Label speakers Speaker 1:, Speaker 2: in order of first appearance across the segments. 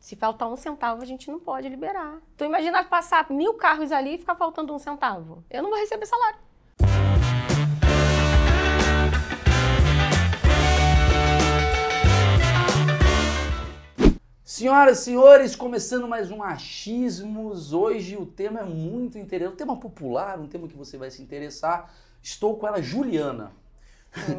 Speaker 1: se faltar um centavo, a gente não pode liberar. Então imagina passar mil carros ali e ficar faltando um centavo. Eu não vou receber salário.
Speaker 2: Senhoras e senhores, começando mais um Achismos. Hoje o tema é muito interessante, um tema popular, um tema que você vai se interessar. Estou com ela, Juliana.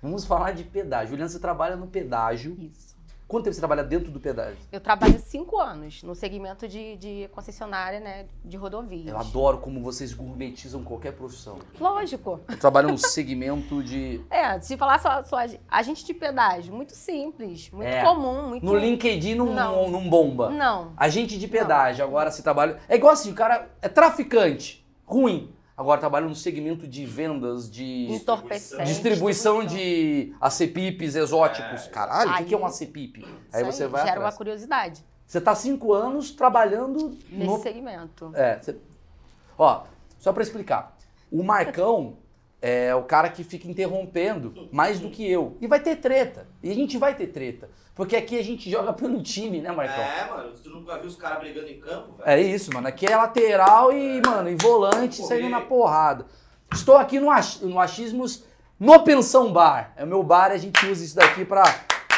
Speaker 2: Vamos falar de pedágio. Juliana, você trabalha no pedágio.
Speaker 1: Isso.
Speaker 2: Quanto tempo você trabalha dentro do pedágio?
Speaker 1: Eu trabalho cinco anos no segmento de, de concessionária, né, de rodovias.
Speaker 2: Eu adoro como vocês gourmetizam qualquer profissão.
Speaker 1: Lógico.
Speaker 2: Eu trabalho no segmento de.
Speaker 1: É, se falar só, só agente de pedágio, muito simples, muito
Speaker 2: É.
Speaker 1: comum, muito...
Speaker 2: No LinkedIn não,
Speaker 1: Não.
Speaker 2: não. bomba.
Speaker 1: Não.
Speaker 2: Agente de pedágio, agora se trabalha. É igual assim, o cara é traficante, ruim. Agora trabalha no segmento de vendas,
Speaker 1: Hum.
Speaker 2: de
Speaker 1: Entorpecente.
Speaker 2: distribuição de acepipes exóticos. Caralho, o que
Speaker 1: Aí-
Speaker 2: que é um acepipe? Aí
Speaker 1: Isso
Speaker 2: você vai
Speaker 1: Gera
Speaker 2: atrás.
Speaker 1: uma curiosidade
Speaker 2: Você tá cinco anos trabalhando
Speaker 1: nesse
Speaker 2: no.
Speaker 1: segmento.
Speaker 2: É, você- Ó, só pra explicar. O Marcão é o cara que fica interrompendo mais do que eu. E vai ter treta. E a gente vai ter treta. Porque aqui a gente joga pelo time, né, Marcão?
Speaker 3: É, mano, tu nunca viu os caras brigando em campo, velho?
Speaker 2: É isso, mano. Aqui é lateral e, mano, e volante
Speaker 3: Correr.
Speaker 2: saindo na porrada. Estou aqui no, ach- no Achismos no Pensão Bar. É o meu bar e a gente usa isso daqui pra.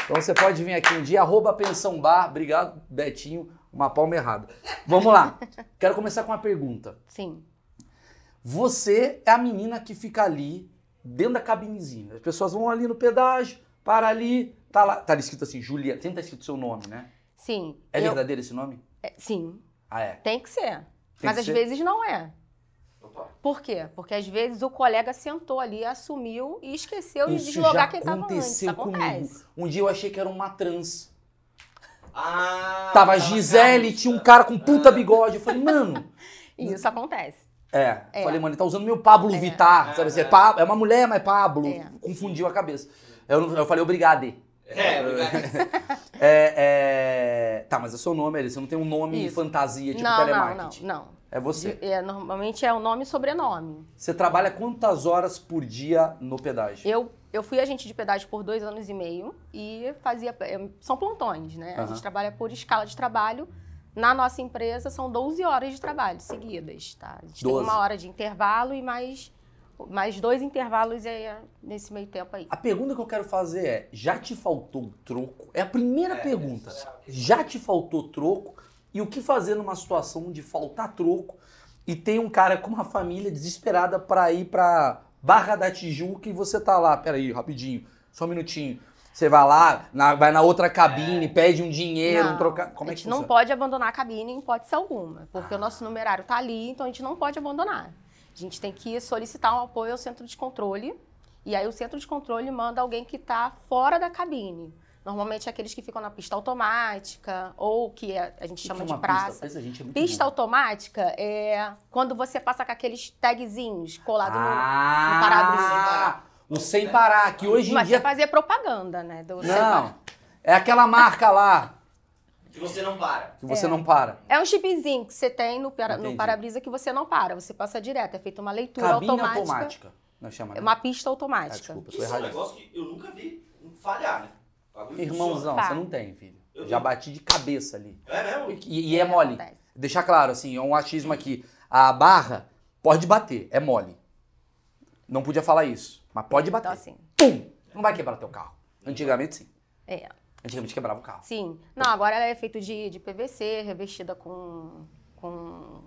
Speaker 2: Então você pode vir aqui um dia, arroba Pensão Bar. Obrigado, Betinho. Uma palma errada. Vamos lá. Quero começar com uma pergunta.
Speaker 1: Sim.
Speaker 2: Você é a menina que fica ali dentro da cabinezinha. As pessoas vão ali no pedágio, para ali, tá lá. Tá ali escrito assim, Juliana. Sempre tá escrito seu nome, né?
Speaker 1: Sim.
Speaker 2: É
Speaker 1: Eu-
Speaker 2: verdadeiro esse nome?
Speaker 1: é, sim,
Speaker 2: Ah, é.
Speaker 1: tem que ser.
Speaker 2: que
Speaker 1: Mas às
Speaker 2: ser.
Speaker 1: vezes não é.
Speaker 3: Opa.
Speaker 1: Por quê? Porque às vezes o colega sentou ali, assumiu e esqueceu
Speaker 2: Isso
Speaker 1: de deslogar
Speaker 2: já
Speaker 1: quem estava antes.
Speaker 2: aconteceu comigo.
Speaker 1: Acontece.
Speaker 2: Um dia eu achei que era uma trans.
Speaker 3: Ah,
Speaker 2: Tava a Gisele, tinha um cara com puta bigode. Eu falei, mano.
Speaker 1: Isso acontece.
Speaker 2: É.
Speaker 1: É.
Speaker 2: Falei, mano, ele tá usando meu Pablo
Speaker 1: É.
Speaker 2: Vittar. Sabe assim? É, Pa- é uma mulher, mas é Pablo.
Speaker 1: É.
Speaker 2: Confundiu a cabeça. Eu, não- eu falei, obrigado. E.
Speaker 3: É, obrigado.
Speaker 2: É, é... Tá, mas é seu nome, Eli. Você não tem um nome
Speaker 1: Isso.
Speaker 2: fantasia, tipo
Speaker 1: não, não, não,
Speaker 2: telemarketing.
Speaker 1: não.
Speaker 2: É você.
Speaker 1: De- é, normalmente é o nome e sobrenome.
Speaker 2: Você trabalha quantas horas por dia no pedágio?
Speaker 1: Eu, eu fui agente de pedágio por dois anos e meio e fazia. eh, São plantões, né? A
Speaker 2: Aham.
Speaker 1: gente trabalha por escala de trabalho. Na nossa empresa são 12 horas de trabalho seguidas, tá? A gente tem
Speaker 2: 12.
Speaker 1: uma hora de intervalo e mais, mais dois intervalos eh, nesse meio tempo aí.
Speaker 2: A pergunta que eu quero fazer é: já te faltou troco? É a primeira
Speaker 3: É,
Speaker 2: pergunta.
Speaker 3: essa é a questão.
Speaker 2: Já te faltou troco? E o que fazer numa situação de faltar troco e tem um cara com uma família desesperada pra ir pra Barra da Tijuca e você tá lá, peraí, rapidinho, só um minutinho. Você vai lá, na- vai na outra cabine,
Speaker 3: É.
Speaker 2: pede um dinheiro, um
Speaker 1: Não,
Speaker 2: trocar. Como
Speaker 1: a
Speaker 2: é que
Speaker 1: gente
Speaker 2: funciona?
Speaker 1: não pode abandonar a cabine em hipótese alguma, porque o nosso numerário tá ali, então a gente não pode abandonar. A gente tem que solicitar um apoio ao centro de controle, e aí o centro de controle manda alguém que está fora da cabine. Normalmente é aqueles que ficam na pista automática, ou que é- a gente
Speaker 2: O que
Speaker 1: chama
Speaker 2: é
Speaker 1: de
Speaker 2: uma
Speaker 1: praça.
Speaker 2: Pista, Essa gente é muito
Speaker 1: Pista
Speaker 2: burro.
Speaker 1: automática é quando você passa com aqueles tagzinhos colados
Speaker 2: ah,
Speaker 1: parágrafo.
Speaker 2: O sem parar, que hoje
Speaker 1: no.
Speaker 2: em
Speaker 1: Mas
Speaker 2: dia
Speaker 1: você fazia propaganda, né? do-
Speaker 2: Não, é aquela marca lá
Speaker 3: Que você não para.
Speaker 2: que você
Speaker 1: É.
Speaker 2: não para.
Speaker 1: É um chipzinho que você tem no, para- no
Speaker 2: Entendi.
Speaker 1: para-brisa que você não para, você passa direto. É feita uma leitura
Speaker 2: Cabine automática.
Speaker 1: automática.
Speaker 2: Não
Speaker 1: É
Speaker 2: chama, né?
Speaker 1: uma pista
Speaker 2: Ah,
Speaker 1: automática.
Speaker 2: desculpa, tô
Speaker 3: Isso é um
Speaker 2: errado.
Speaker 3: negócio que eu nunca vi falhar, né? O bagulho
Speaker 2: Irmãozão,
Speaker 1: Tá.
Speaker 2: você não tem, filho.
Speaker 3: Eu
Speaker 2: Já
Speaker 3: tenho.
Speaker 2: bati de cabeça ali.
Speaker 3: funciona. É mesmo?
Speaker 2: E, e é mole.
Speaker 1: acontece.
Speaker 2: Deixar claro, assim, é um achismo aqui. A barra pode bater, é mole. Não podia falar isso, mas pode bater.
Speaker 1: Então, assim,
Speaker 2: Pum! Não vai quebrar teu carro. Antigamente, sim.
Speaker 1: é.
Speaker 2: Antigamente quebrava o carro.
Speaker 1: Sim. Não, agora ela é feita de, de PVC, revestida com, com.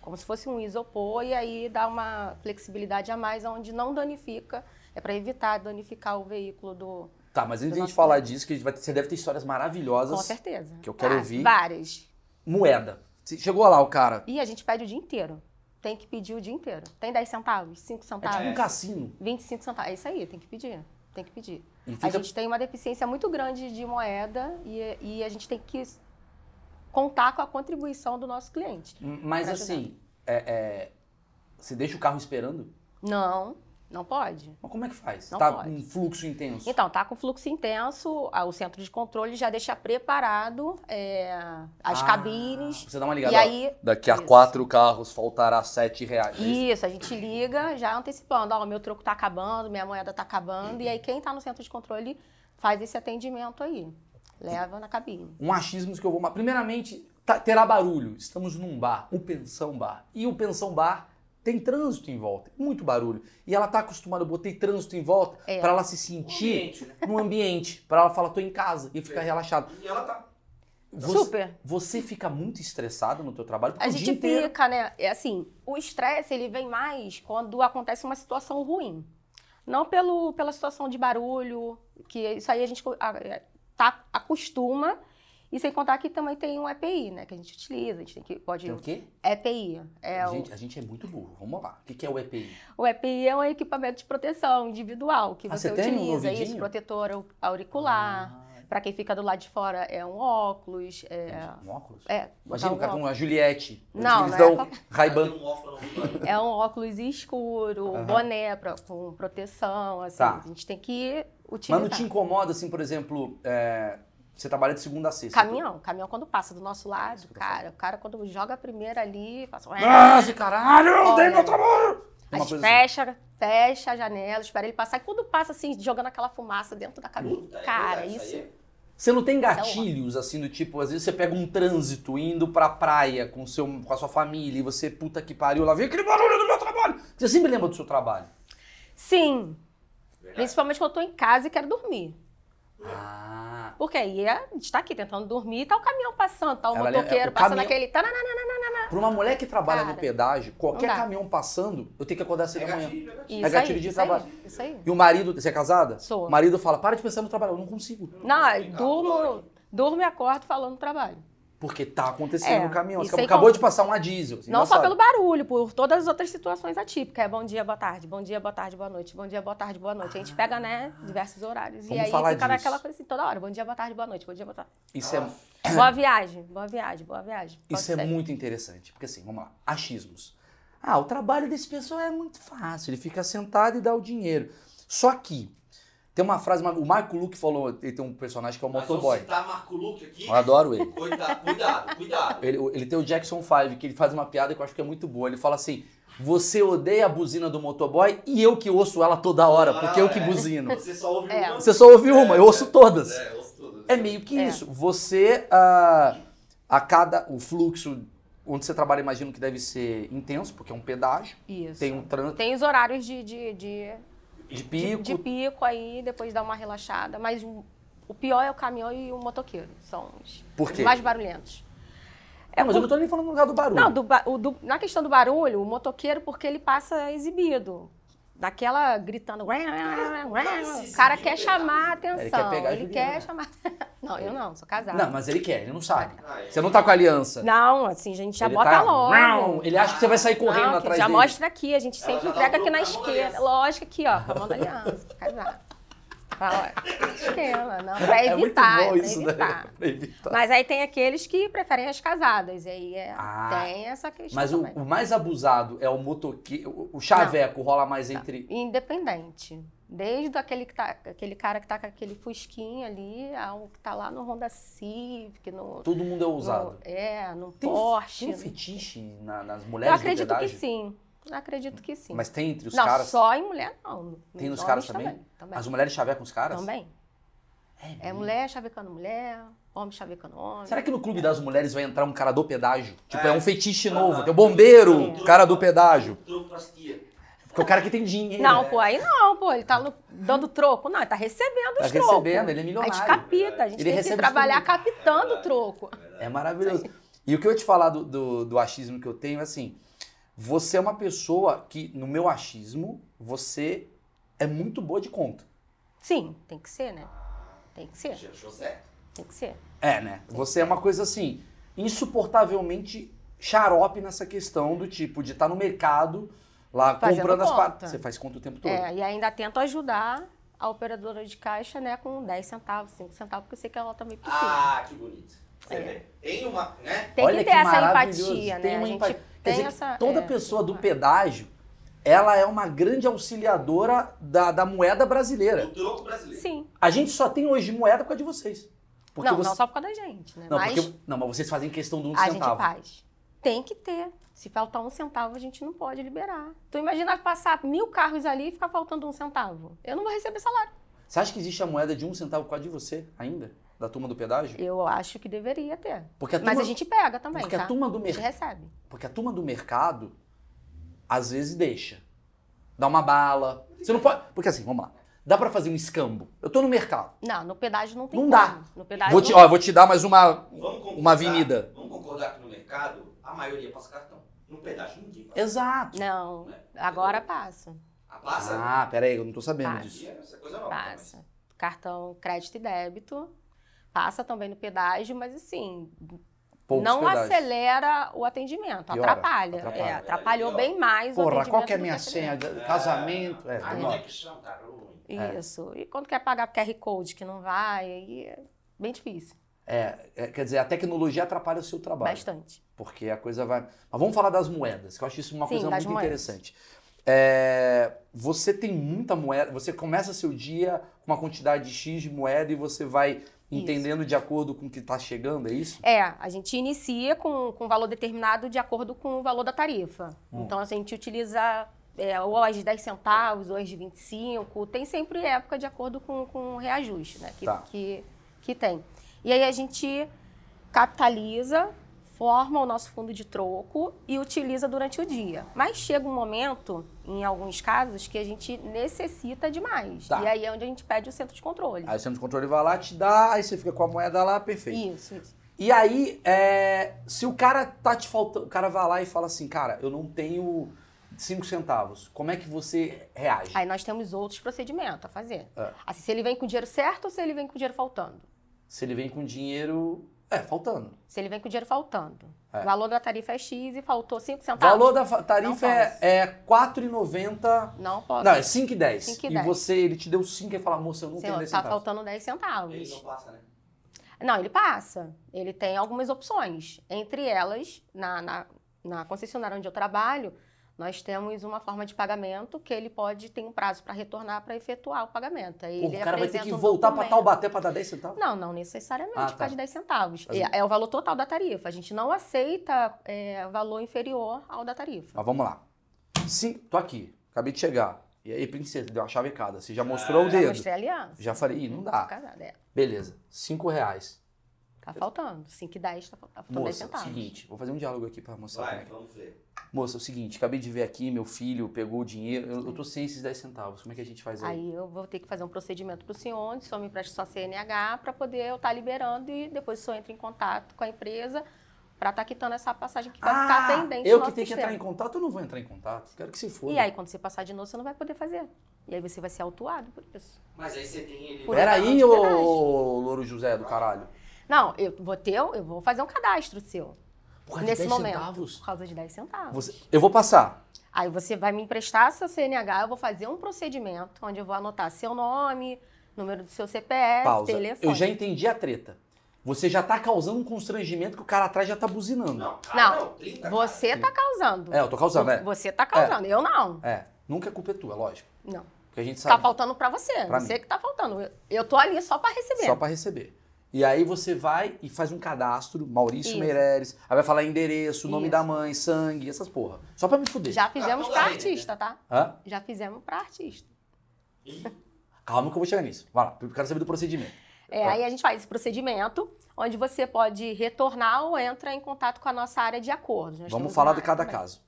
Speaker 1: como se fosse um isopor, e aí dá uma flexibilidade a mais, onde não danifica. É para evitar danificar o veículo do.
Speaker 2: Tá, mas antes de a gente
Speaker 1: Nossa.
Speaker 2: falar disso, que a gente vai ter- você deve ter histórias
Speaker 1: Com
Speaker 2: maravilhosas.
Speaker 1: certeza.
Speaker 2: que eu quero
Speaker 1: Ah,
Speaker 2: ouvir.
Speaker 1: Várias.
Speaker 2: Moeda. Você chegou lá o cara.
Speaker 1: E a gente pede o dia inteiro. Tem que pedir o dia inteiro. Tem 10 centavos, 5
Speaker 2: É
Speaker 1: centavos.
Speaker 2: tipo um cassino.
Speaker 1: 25 centavos. É isso aí, tem que pedir. Tem que pedir.
Speaker 2: E
Speaker 1: A
Speaker 2: fica
Speaker 1: gente tem uma deficiência muito grande de moeda e, e a gente tem que contar com a contribuição do nosso cliente.
Speaker 2: Mas
Speaker 1: Pra
Speaker 2: assim, é, é, você deixa o carro esperando?
Speaker 1: Não, não pode.
Speaker 2: Mas como é que faz?
Speaker 1: Não
Speaker 2: tá
Speaker 1: pode.
Speaker 2: um fluxo intenso.
Speaker 1: Então, tá com fluxo intenso, a- o centro de controle já deixa preparado é, as
Speaker 2: Ah,
Speaker 1: cabines.
Speaker 2: Você dá uma ligada.
Speaker 1: E
Speaker 2: ó,
Speaker 1: aí,
Speaker 2: Daqui a
Speaker 1: Isso.
Speaker 2: quatro carros faltará sete reais.
Speaker 1: isso, a gente liga já antecipando, ó, meu troco tá acabando, minha moeda tá acabando, e aí quem tá no centro de controle faz esse atendimento aí. Leva na cabine.
Speaker 2: um achismo que eu vou. ma- Primeiramente, tá- terá barulho. Estamos num bar, o Pensão Bar. E o Pensão Bar tem trânsito em volta, muito barulho. E ela tá acostumada, eu botei trânsito em volta
Speaker 1: É.
Speaker 2: pra ela se
Speaker 3: Um
Speaker 2: sentir
Speaker 3: ambiente, né?
Speaker 2: num ambiente, Pra ela falar tô em casa e ficar
Speaker 3: É.
Speaker 2: relaxada.
Speaker 3: E ela tá.
Speaker 2: Você-
Speaker 1: Super.
Speaker 2: Você fica muito estressado no teu trabalho porque
Speaker 1: A
Speaker 2: o
Speaker 1: gente
Speaker 2: dia inteiro
Speaker 1: fica, né? É assim, o estresse ele vem mais quando acontece uma situação ruim. Não pelo, pela situação de barulho, que isso aí a gente co- a- é, tá, acostuma. E sem contar que também tem um EPI, né? Que a gente utiliza, a gente tem que, pode...
Speaker 2: tem o quê?
Speaker 1: EPI. É o-
Speaker 2: gente, Então, a gente é muito burro. Vamos lá. O que que é o EPI?
Speaker 1: O EPI é um equipamento de proteção individual que
Speaker 2: Ah,
Speaker 1: você,
Speaker 2: você tem um
Speaker 1: utiliza.
Speaker 2: ouvidinho?
Speaker 1: Isso, protetor au- auricular.
Speaker 2: Ah,
Speaker 1: Pra quem fica do lado de fora, é um óculos. É,
Speaker 2: entendi. Um óculos?
Speaker 1: é,
Speaker 2: Imagina
Speaker 1: tá
Speaker 2: o
Speaker 1: um
Speaker 2: cara com uma Juliette.
Speaker 1: Não,
Speaker 2: eles
Speaker 1: não é
Speaker 2: dão
Speaker 1: qualquer-
Speaker 2: Ray-Ban.
Speaker 3: Tem um óculos no banho.
Speaker 1: É um óculos escuro,
Speaker 2: Aham.
Speaker 1: um boné pra- com proteção, assim.
Speaker 2: Tá.
Speaker 1: A gente tem que
Speaker 2: Mas
Speaker 1: utilizar.
Speaker 2: não te incomoda, assim, por exemplo, é, você trabalha de segunda a sexta.
Speaker 1: Caminhão, caminhão quando passa do nosso
Speaker 2: É
Speaker 1: lado,
Speaker 2: então? isso que eu tô
Speaker 1: cara, o cara quando joga a primeira ali, passa um...
Speaker 2: Nossa, Ah, caralho, eu dei
Speaker 1: Olha.
Speaker 2: meu trabalho!
Speaker 1: a
Speaker 2: Uma
Speaker 1: gente
Speaker 2: coisa assim.
Speaker 1: fecha, fecha a janela, espera ele passar. E quando passa, assim, jogando aquela fumaça dentro da cabine,
Speaker 3: Puta, é
Speaker 1: cara,
Speaker 3: verdade,
Speaker 1: isso...
Speaker 3: aí
Speaker 2: Você não
Speaker 1: é
Speaker 2: tem gatilhos, assim, do tipo, às vezes você pega um trânsito indo pra praia com, seu, com a sua família e você, puta que pariu, lá vem aquele barulho do meu trabalho. Você sempre lembra do seu trabalho.
Speaker 1: Sim,
Speaker 3: é verdade.
Speaker 1: principalmente quando eu tô em casa e quero dormir.
Speaker 2: Ah,
Speaker 1: Porque aí é- a gente tá aqui tentando dormir, tá o caminhão passando, tá o
Speaker 2: Ela lembra-
Speaker 1: motoqueiro
Speaker 2: o
Speaker 1: passando
Speaker 2: caminhão-
Speaker 1: aquele... tananana.
Speaker 2: pra uma mulher que trabalha no
Speaker 1: Cara,
Speaker 2: pedágio, qualquer
Speaker 1: não dá.
Speaker 2: caminhão passando, eu tenho que acordar às
Speaker 3: É
Speaker 2: seis da manhã.
Speaker 3: gatilho, é gatilho.
Speaker 1: Isso
Speaker 2: gatilho
Speaker 1: aí,
Speaker 2: de
Speaker 1: isso aí,
Speaker 2: trabalho.
Speaker 1: isso aí.
Speaker 2: E o marido, você é casada?
Speaker 1: Sou.
Speaker 2: O marido fala, para de pensar no trabalho, eu não consigo.
Speaker 1: Não, é eu
Speaker 3: Complicado,
Speaker 1: durmo,
Speaker 3: lógico.
Speaker 1: durmo e acordo falando trabalho.
Speaker 2: Porque tá acontecendo
Speaker 1: É,
Speaker 2: no caminhão.
Speaker 1: isso
Speaker 2: Acabou,
Speaker 1: aí
Speaker 2: acabou
Speaker 1: conta.
Speaker 2: de passar um a diesel. assim,
Speaker 1: Não só pelo
Speaker 2: engraçado.
Speaker 1: barulho, por todas as outras situações atípicas. É bom dia, boa tarde, bom dia, boa tarde, boa noite, bom dia, boa tarde, boa noite. A gente pega, né, diversos horários. e
Speaker 2: Vamos
Speaker 1: aí
Speaker 2: falar
Speaker 1: fica
Speaker 2: disso.
Speaker 1: naquela coisa assim toda hora. Bom dia, boa tarde, boa noite, bom dia, boa tarde.
Speaker 2: Isso é,
Speaker 3: Ah,
Speaker 1: Boa viagem, boa viagem, boa viagem. Pode
Speaker 2: isso é
Speaker 1: ser.
Speaker 2: muito interessante. Porque assim, vamos lá. Achismos. Ah, o trabalho desse pessoal é muito fácil. Ele fica sentado e dá o dinheiro. Só que tem uma frase, o Marco Luke falou, ele tem um personagem que é o
Speaker 3: mas vamos
Speaker 2: motoboy.
Speaker 3: citar Marco Luque aqui.
Speaker 2: Eu adoro ele.
Speaker 3: Cuidado, cuidado, cuidado.
Speaker 2: ele. Ele tem o Jackson 5, que ele faz uma piada que eu acho que é muito boa. Ele fala assim, você odeia a buzina do motoboy e eu que ouço ela toda hora, porque eu que
Speaker 3: É.
Speaker 2: buzino.
Speaker 3: Você só ouve
Speaker 1: É.
Speaker 3: uma.
Speaker 2: Você só ouviu uma, eu ouço
Speaker 3: É,
Speaker 2: todas.
Speaker 3: É, ouço todas.
Speaker 2: É meio que
Speaker 1: É.
Speaker 2: isso. Você, ah, a cada. O fluxo onde você trabalha, imagino que deve ser intenso, porque é um pedágio,
Speaker 1: Isso.
Speaker 2: tem um trânsito
Speaker 1: Tem os horários de, de, de,
Speaker 2: de
Speaker 1: de-
Speaker 2: pico.
Speaker 1: de pico aí, depois dá uma relaxada. Mas o- o pior é o caminhão e o motoqueiro. São os
Speaker 2: Por quê?
Speaker 1: mais barulhentos.
Speaker 2: É, mas eu não tô nem falando no lugar do barulho.
Speaker 1: Não, do ba- o do- na questão do barulho, o motoqueiro, porque ele passa exibido. Daquela gritando. "Ué, ué, ué, ué".
Speaker 3: Cara,
Speaker 1: O cara
Speaker 3: se
Speaker 1: quer
Speaker 3: exibiu,
Speaker 1: chamar a
Speaker 2: é quer
Speaker 1: atenção.
Speaker 2: pegar a
Speaker 1: ele
Speaker 2: Juliana.
Speaker 1: quer chamar. Não, eu não, sou casada.
Speaker 2: Não, mas ele quer, ele não sabe.
Speaker 3: Ah, é.
Speaker 2: Você não tá com a aliança.
Speaker 1: Não, assim, a gente já
Speaker 2: ele
Speaker 1: bota
Speaker 2: tá...
Speaker 1: logo.
Speaker 2: Não, Ele acha que você vai sair correndo
Speaker 1: Não, que
Speaker 2: atrás
Speaker 1: já
Speaker 2: dele. tá
Speaker 1: mostra aqui, a gente
Speaker 3: Ela
Speaker 1: sempre
Speaker 3: já dá
Speaker 1: entrega
Speaker 3: um
Speaker 1: aqui na
Speaker 3: grupo, a mão da
Speaker 1: esquerda.
Speaker 3: aliança.
Speaker 1: Lógico, aqui, ó, com a mão da aliança, casada. Fala, ó, esquema, não, pra
Speaker 2: é muito
Speaker 1: evitar,
Speaker 2: bom
Speaker 1: pra
Speaker 2: isso,
Speaker 1: evitar.
Speaker 2: né? Pra evitar.
Speaker 1: Mas aí tem aqueles que preferem as casadas, e aí é-
Speaker 2: Ah,
Speaker 1: tem essa questão
Speaker 2: Mas o,
Speaker 1: também.
Speaker 2: o mais abusado é o motoqueiro. o- O chaveco rola mais entre.
Speaker 1: Independente. Desde aquele, que tá- aquele cara que tá com aquele fusquinho ali, ao que tá lá no Honda Civic, no...
Speaker 2: Todo mundo é ousado.
Speaker 1: no- é, no
Speaker 2: Tem,
Speaker 1: Porsche.
Speaker 2: tem um fetiche na- nas
Speaker 1: Eu
Speaker 2: mulheres do
Speaker 1: acredito que
Speaker 2: pedágio?
Speaker 1: sim. Eu acredito que sim.
Speaker 2: Mas tem entre os
Speaker 1: não,
Speaker 2: caras?
Speaker 1: só em mulher não.
Speaker 2: Tem nos
Speaker 1: homens
Speaker 2: caras também?
Speaker 1: Também.
Speaker 2: As mulheres chavecam os caras?
Speaker 1: Também. É
Speaker 2: mesmo?
Speaker 1: mulher chavecando mulher, homem chavecando homem.
Speaker 2: Será que no clube das mulheres vai entrar um cara do pedágio? Tipo, é,
Speaker 3: É.
Speaker 2: um fetiche
Speaker 3: Ah,
Speaker 2: novo.
Speaker 3: não.
Speaker 2: Tem o bombeiro,
Speaker 3: É.
Speaker 2: o cara do pedágio.
Speaker 3: Troco pras tia.
Speaker 2: Porque é o cara que tem dinheiro.
Speaker 1: Não,
Speaker 2: né?
Speaker 1: pô, aí não, pô. Ele tá no- dando troco. Não, ele tá recebendo
Speaker 2: Tá
Speaker 1: os trocos.
Speaker 2: recebendo, ele é
Speaker 1: A gente
Speaker 2: milionário.
Speaker 1: capita, a gente
Speaker 2: Ele
Speaker 1: tem
Speaker 2: recebe
Speaker 1: que
Speaker 2: de
Speaker 1: trabalhar
Speaker 2: tudo.
Speaker 1: captando o troco.
Speaker 2: É maravilhoso. E o que eu ia te falar do, do, do achismo que eu tenho é assim: você é uma pessoa que, no meu achismo, você é muito boa de conta.
Speaker 1: Sim, tem que ser, né? Tem que ser,
Speaker 3: Já achou certo?
Speaker 1: tem que ser.
Speaker 2: É, né? Você é uma coisa assim, insuportavelmente xarope nessa questão do tipo de estar no mercado lá
Speaker 1: Fazendo
Speaker 2: comprando as
Speaker 1: conta.
Speaker 2: paradas. Você faz conta o tempo todo.
Speaker 1: É, e ainda tento ajudar a operadora de caixa, né, com 10 centavos, 5 centavos, porque eu sei que ela também precisa.
Speaker 3: Ah, que bonito. Você
Speaker 1: É.
Speaker 3: vê? Tem uma, né?
Speaker 1: tem
Speaker 2: Olha
Speaker 1: que
Speaker 2: que
Speaker 1: ter essa
Speaker 2: maravilhoso.
Speaker 1: empatia,
Speaker 2: Tem
Speaker 1: né?
Speaker 2: uma
Speaker 1: A gente
Speaker 2: empatia.
Speaker 1: tem
Speaker 2: Quer dizer, que
Speaker 1: essa.
Speaker 2: toda
Speaker 1: é,
Speaker 2: pessoa do
Speaker 1: empatia.
Speaker 2: pedágio, ela é uma grande auxiliadora da, da moeda brasileira.
Speaker 3: O troco brasileiro.
Speaker 1: Sim.
Speaker 2: A gente só tem hoje moeda por causa de vocês. Porque
Speaker 1: não,
Speaker 2: você...
Speaker 1: não só por causa da gente, né?
Speaker 2: Não,
Speaker 1: Mas
Speaker 2: porque- não, mas vocês fazem questão do um
Speaker 1: a gente
Speaker 2: centavo.
Speaker 1: faz. Tem que ter. Se faltar um centavo, a gente não pode liberar. Tu imagina passar mil carros ali e ficar faltando um centavo. Eu não vou receber salário.
Speaker 2: Você acha que existe a moeda de um centavo por causa de você ainda? Da turma do pedágio?
Speaker 1: Eu acho que deveria ter.
Speaker 2: Porque a turma,
Speaker 1: Mas a gente pega também,
Speaker 2: porque
Speaker 1: tá?
Speaker 2: a turma do
Speaker 1: A gente
Speaker 2: mercado.
Speaker 1: recebe.
Speaker 2: Porque a turma do mercado, às vezes, deixa. Dá uma bala. Você não pode. Porque assim, vamos lá. Dá pra fazer um escambo. Eu tô no mercado.
Speaker 1: Não, no pedágio não tem como.
Speaker 2: Não dá.
Speaker 1: No pedágio
Speaker 2: Vou te,
Speaker 1: não-
Speaker 2: ó, vou te dar mais uma.
Speaker 3: Vamos concordar,
Speaker 2: Uma avenida.
Speaker 3: Vamos concordar que no mercado a maioria passa cartão. No pedágio ninguém passa.
Speaker 2: Exato.
Speaker 1: Não,
Speaker 3: né?
Speaker 1: agora passa.
Speaker 3: A passa?
Speaker 2: Ah, peraí, eu não tô sabendo
Speaker 1: Passa.
Speaker 2: disso.
Speaker 3: E Essa é coisa nova.
Speaker 1: Passa. Cartão crédito e débito. Passa também no pedágio, mas assim,
Speaker 2: Poucos
Speaker 1: não
Speaker 2: pedágios.
Speaker 1: acelera o atendimento,
Speaker 2: Piora,
Speaker 1: atrapalha.
Speaker 2: atrapalha.
Speaker 1: É, atrapalhou bem mais o
Speaker 2: Porra,
Speaker 1: atendimento.
Speaker 2: qual que é a
Speaker 1: do
Speaker 2: minha
Speaker 1: atendimento.
Speaker 2: senha? de-
Speaker 3: também.
Speaker 2: Casamento? É,
Speaker 3: a
Speaker 1: não.
Speaker 3: conexão tá ruim.
Speaker 2: É.
Speaker 1: Isso. E quando quer pagar QR Code que não vai, aí é bem difícil.
Speaker 2: é, é, quer dizer, a tecnologia atrapalha o seu trabalho.
Speaker 1: Bastante.
Speaker 2: Porque a coisa vai. Mas vamos falar das moedas, que eu acho isso uma
Speaker 1: Sim,
Speaker 2: coisa
Speaker 1: das
Speaker 2: muito
Speaker 1: moedas.
Speaker 2: interessante. É, você tem muita moeda, você começa seu dia com uma quantidade X de moeda e você vai entendendo de acordo com o que está chegando, é isso?
Speaker 1: É, a gente inicia com, com um valor determinado de acordo com o valor da tarifa.
Speaker 2: Hum.
Speaker 1: Então, a gente utiliza é, ou as de 10 centavos, ou as de 25. Tem sempre época de acordo com, com o reajuste, né? Que,
Speaker 2: Tá.
Speaker 1: que, que tem. E aí a gente capitaliza, forma o nosso fundo de troco e utiliza durante o dia. Mas chega um momento, em alguns casos, que a gente necessita demais.
Speaker 2: Tá. Ah,
Speaker 1: E aí é onde a gente pede o centro de controle.
Speaker 2: Aí o centro de controle vai lá, te dá, aí você fica com a moeda lá, perfeito.
Speaker 1: Isso, isso.
Speaker 2: E aí, é, se o cara tá te faltando, o cara vai lá e fala assim, cara, eu não tenho cinco centavos, como é que você reage?
Speaker 1: Aí nós temos outros procedimentos a fazer.
Speaker 2: É.
Speaker 1: Assim, se ele vem com o dinheiro certo ou se ele vem com o dinheiro faltando.
Speaker 2: Se ele vem com dinheiro, é, faltando.
Speaker 1: Se ele vem com o dinheiro faltando.
Speaker 2: É.
Speaker 1: O valor da tarifa é X e faltou 5
Speaker 2: O
Speaker 1: centavos.
Speaker 2: valor da fa-
Speaker 1: Tá.
Speaker 2: tarifa
Speaker 1: Não
Speaker 2: é,
Speaker 1: posso.
Speaker 2: é 4,90
Speaker 1: Não posso.
Speaker 2: Não, é 5 e 10.
Speaker 1: 5 e
Speaker 2: E
Speaker 1: 10.
Speaker 2: você, ele te deu 5 e fala, moça, eu não
Speaker 1: Senhor,
Speaker 2: tenho 10
Speaker 1: tá
Speaker 2: centavos.
Speaker 1: faltando 10
Speaker 3: Ele não
Speaker 1: centavos.
Speaker 3: passa, né?
Speaker 1: Não, ele passa. Ele tem algumas opções. Entre elas, na, na, na concessionária onde eu trabalho, nós temos uma forma de pagamento que ele pode ter um prazo para retornar para efetuar o pagamento. Aí
Speaker 2: Porra,
Speaker 1: ele
Speaker 2: o cara vai ter
Speaker 1: apresenta
Speaker 2: que
Speaker 1: um
Speaker 2: voltar pra
Speaker 1: documento.
Speaker 2: Taubaté pra dar 10 centavos?
Speaker 1: Não, não necessariamente,
Speaker 2: Ah,
Speaker 1: por
Speaker 2: tá. um
Speaker 1: causa de 10 centavos.
Speaker 2: Mas-
Speaker 1: É, é o valor total da tarifa. A gente não aceita é, valor inferior ao da tarifa.
Speaker 2: Mas vamos lá. Sim, tô aqui. Acabei de chegar. E aí, princesa, deu uma chavecada. Você já mostrou o
Speaker 1: Ah, Já
Speaker 2: dedo.
Speaker 1: mostrei a aliança.
Speaker 2: Já falei, ih, não
Speaker 1: Sou
Speaker 2: dá.
Speaker 1: casada, é.
Speaker 2: Beleza, 5 reais.
Speaker 1: Tá faltando. 5 e 10 tá, fal- tá faltando 10
Speaker 2: Moça,
Speaker 1: centavos.
Speaker 2: seguinte, vou fazer um diálogo aqui pra mostrar. como
Speaker 3: Vai,
Speaker 2: é que-
Speaker 3: vamos ver.
Speaker 2: Moça, é o seguinte, acabei de ver aqui, meu filho pegou o dinheiro. Eu, eu tô sem esses 10 centavos. Como é que a gente faz aí?
Speaker 1: Aí eu vou ter que fazer um procedimento pro senhor, onde o senhor me empresta sua CNH para poder eu estar liberando e depois o senhor entra em contato com a empresa para estar quitando essa passagem que vai ficar pendente
Speaker 2: Ah, eu
Speaker 1: no
Speaker 2: que
Speaker 1: nosso
Speaker 2: tenho que entrar em
Speaker 1: sistema.
Speaker 2: contato, eu não vou entrar em contato. Quero que se foda.
Speaker 1: E aí quando você passar de novo, você não vai poder fazer. E aí você vai ser autuado por isso.
Speaker 3: Mas aí você tem ele.
Speaker 1: Por
Speaker 2: Peraí,
Speaker 1: razão de pedágio.
Speaker 2: ô Louro José do caralho.
Speaker 1: Não, eu vou ter, eu vou fazer um cadastro seu.
Speaker 2: Porra, de
Speaker 1: nesse
Speaker 2: 10
Speaker 1: momento.
Speaker 2: centavos?
Speaker 1: Por causa de 10 centavos.
Speaker 2: Você- eu vou passar.
Speaker 1: Aí você vai me emprestar seu CNH, eu vou fazer um procedimento onde eu vou anotar seu nome, número do seu CPF,
Speaker 2: Pausa.
Speaker 1: É telefone.
Speaker 2: Eu já entendi a treta. Você já tá causando um constrangimento que o cara atrás já tá buzinando.
Speaker 3: Não,
Speaker 1: Não.
Speaker 3: cara, não. 30, cara.
Speaker 1: Você tá causando.
Speaker 2: É, eu tô causando, é.
Speaker 1: Você tá causando, eu não.
Speaker 2: É. Nunca a culpa é tua, lógico.
Speaker 1: Não.
Speaker 2: Porque a gente sabe
Speaker 1: Tá faltando pra você,
Speaker 2: Pra
Speaker 1: você
Speaker 2: mim.
Speaker 1: que tá faltando. Eu, eu tô ali só pra receber.
Speaker 2: só pra receber. E aí você vai e faz um cadastro, Maurício
Speaker 1: Isso.
Speaker 2: Meireles. Aí vai falar endereço, nome
Speaker 1: Isso.
Speaker 2: da mãe, sangue, essas porra. Só pra me fuder.
Speaker 1: Já fizemos
Speaker 3: Cartão
Speaker 1: pra
Speaker 3: da rede,
Speaker 1: artista, tá?
Speaker 2: Hã?
Speaker 1: Já fizemos pra artista.
Speaker 3: Ih,
Speaker 2: Calma que eu vou chegar nisso. Vai lá, eu quero saber do procedimento.
Speaker 1: É,
Speaker 2: Tá.
Speaker 1: Aí a gente faz esse procedimento, onde você pode retornar ou entra em contato com a nossa área de acordos. Nós
Speaker 2: Vamos
Speaker 1: temos
Speaker 2: falar
Speaker 1: uma
Speaker 2: de
Speaker 1: área
Speaker 2: cada
Speaker 1: também.
Speaker 2: caso.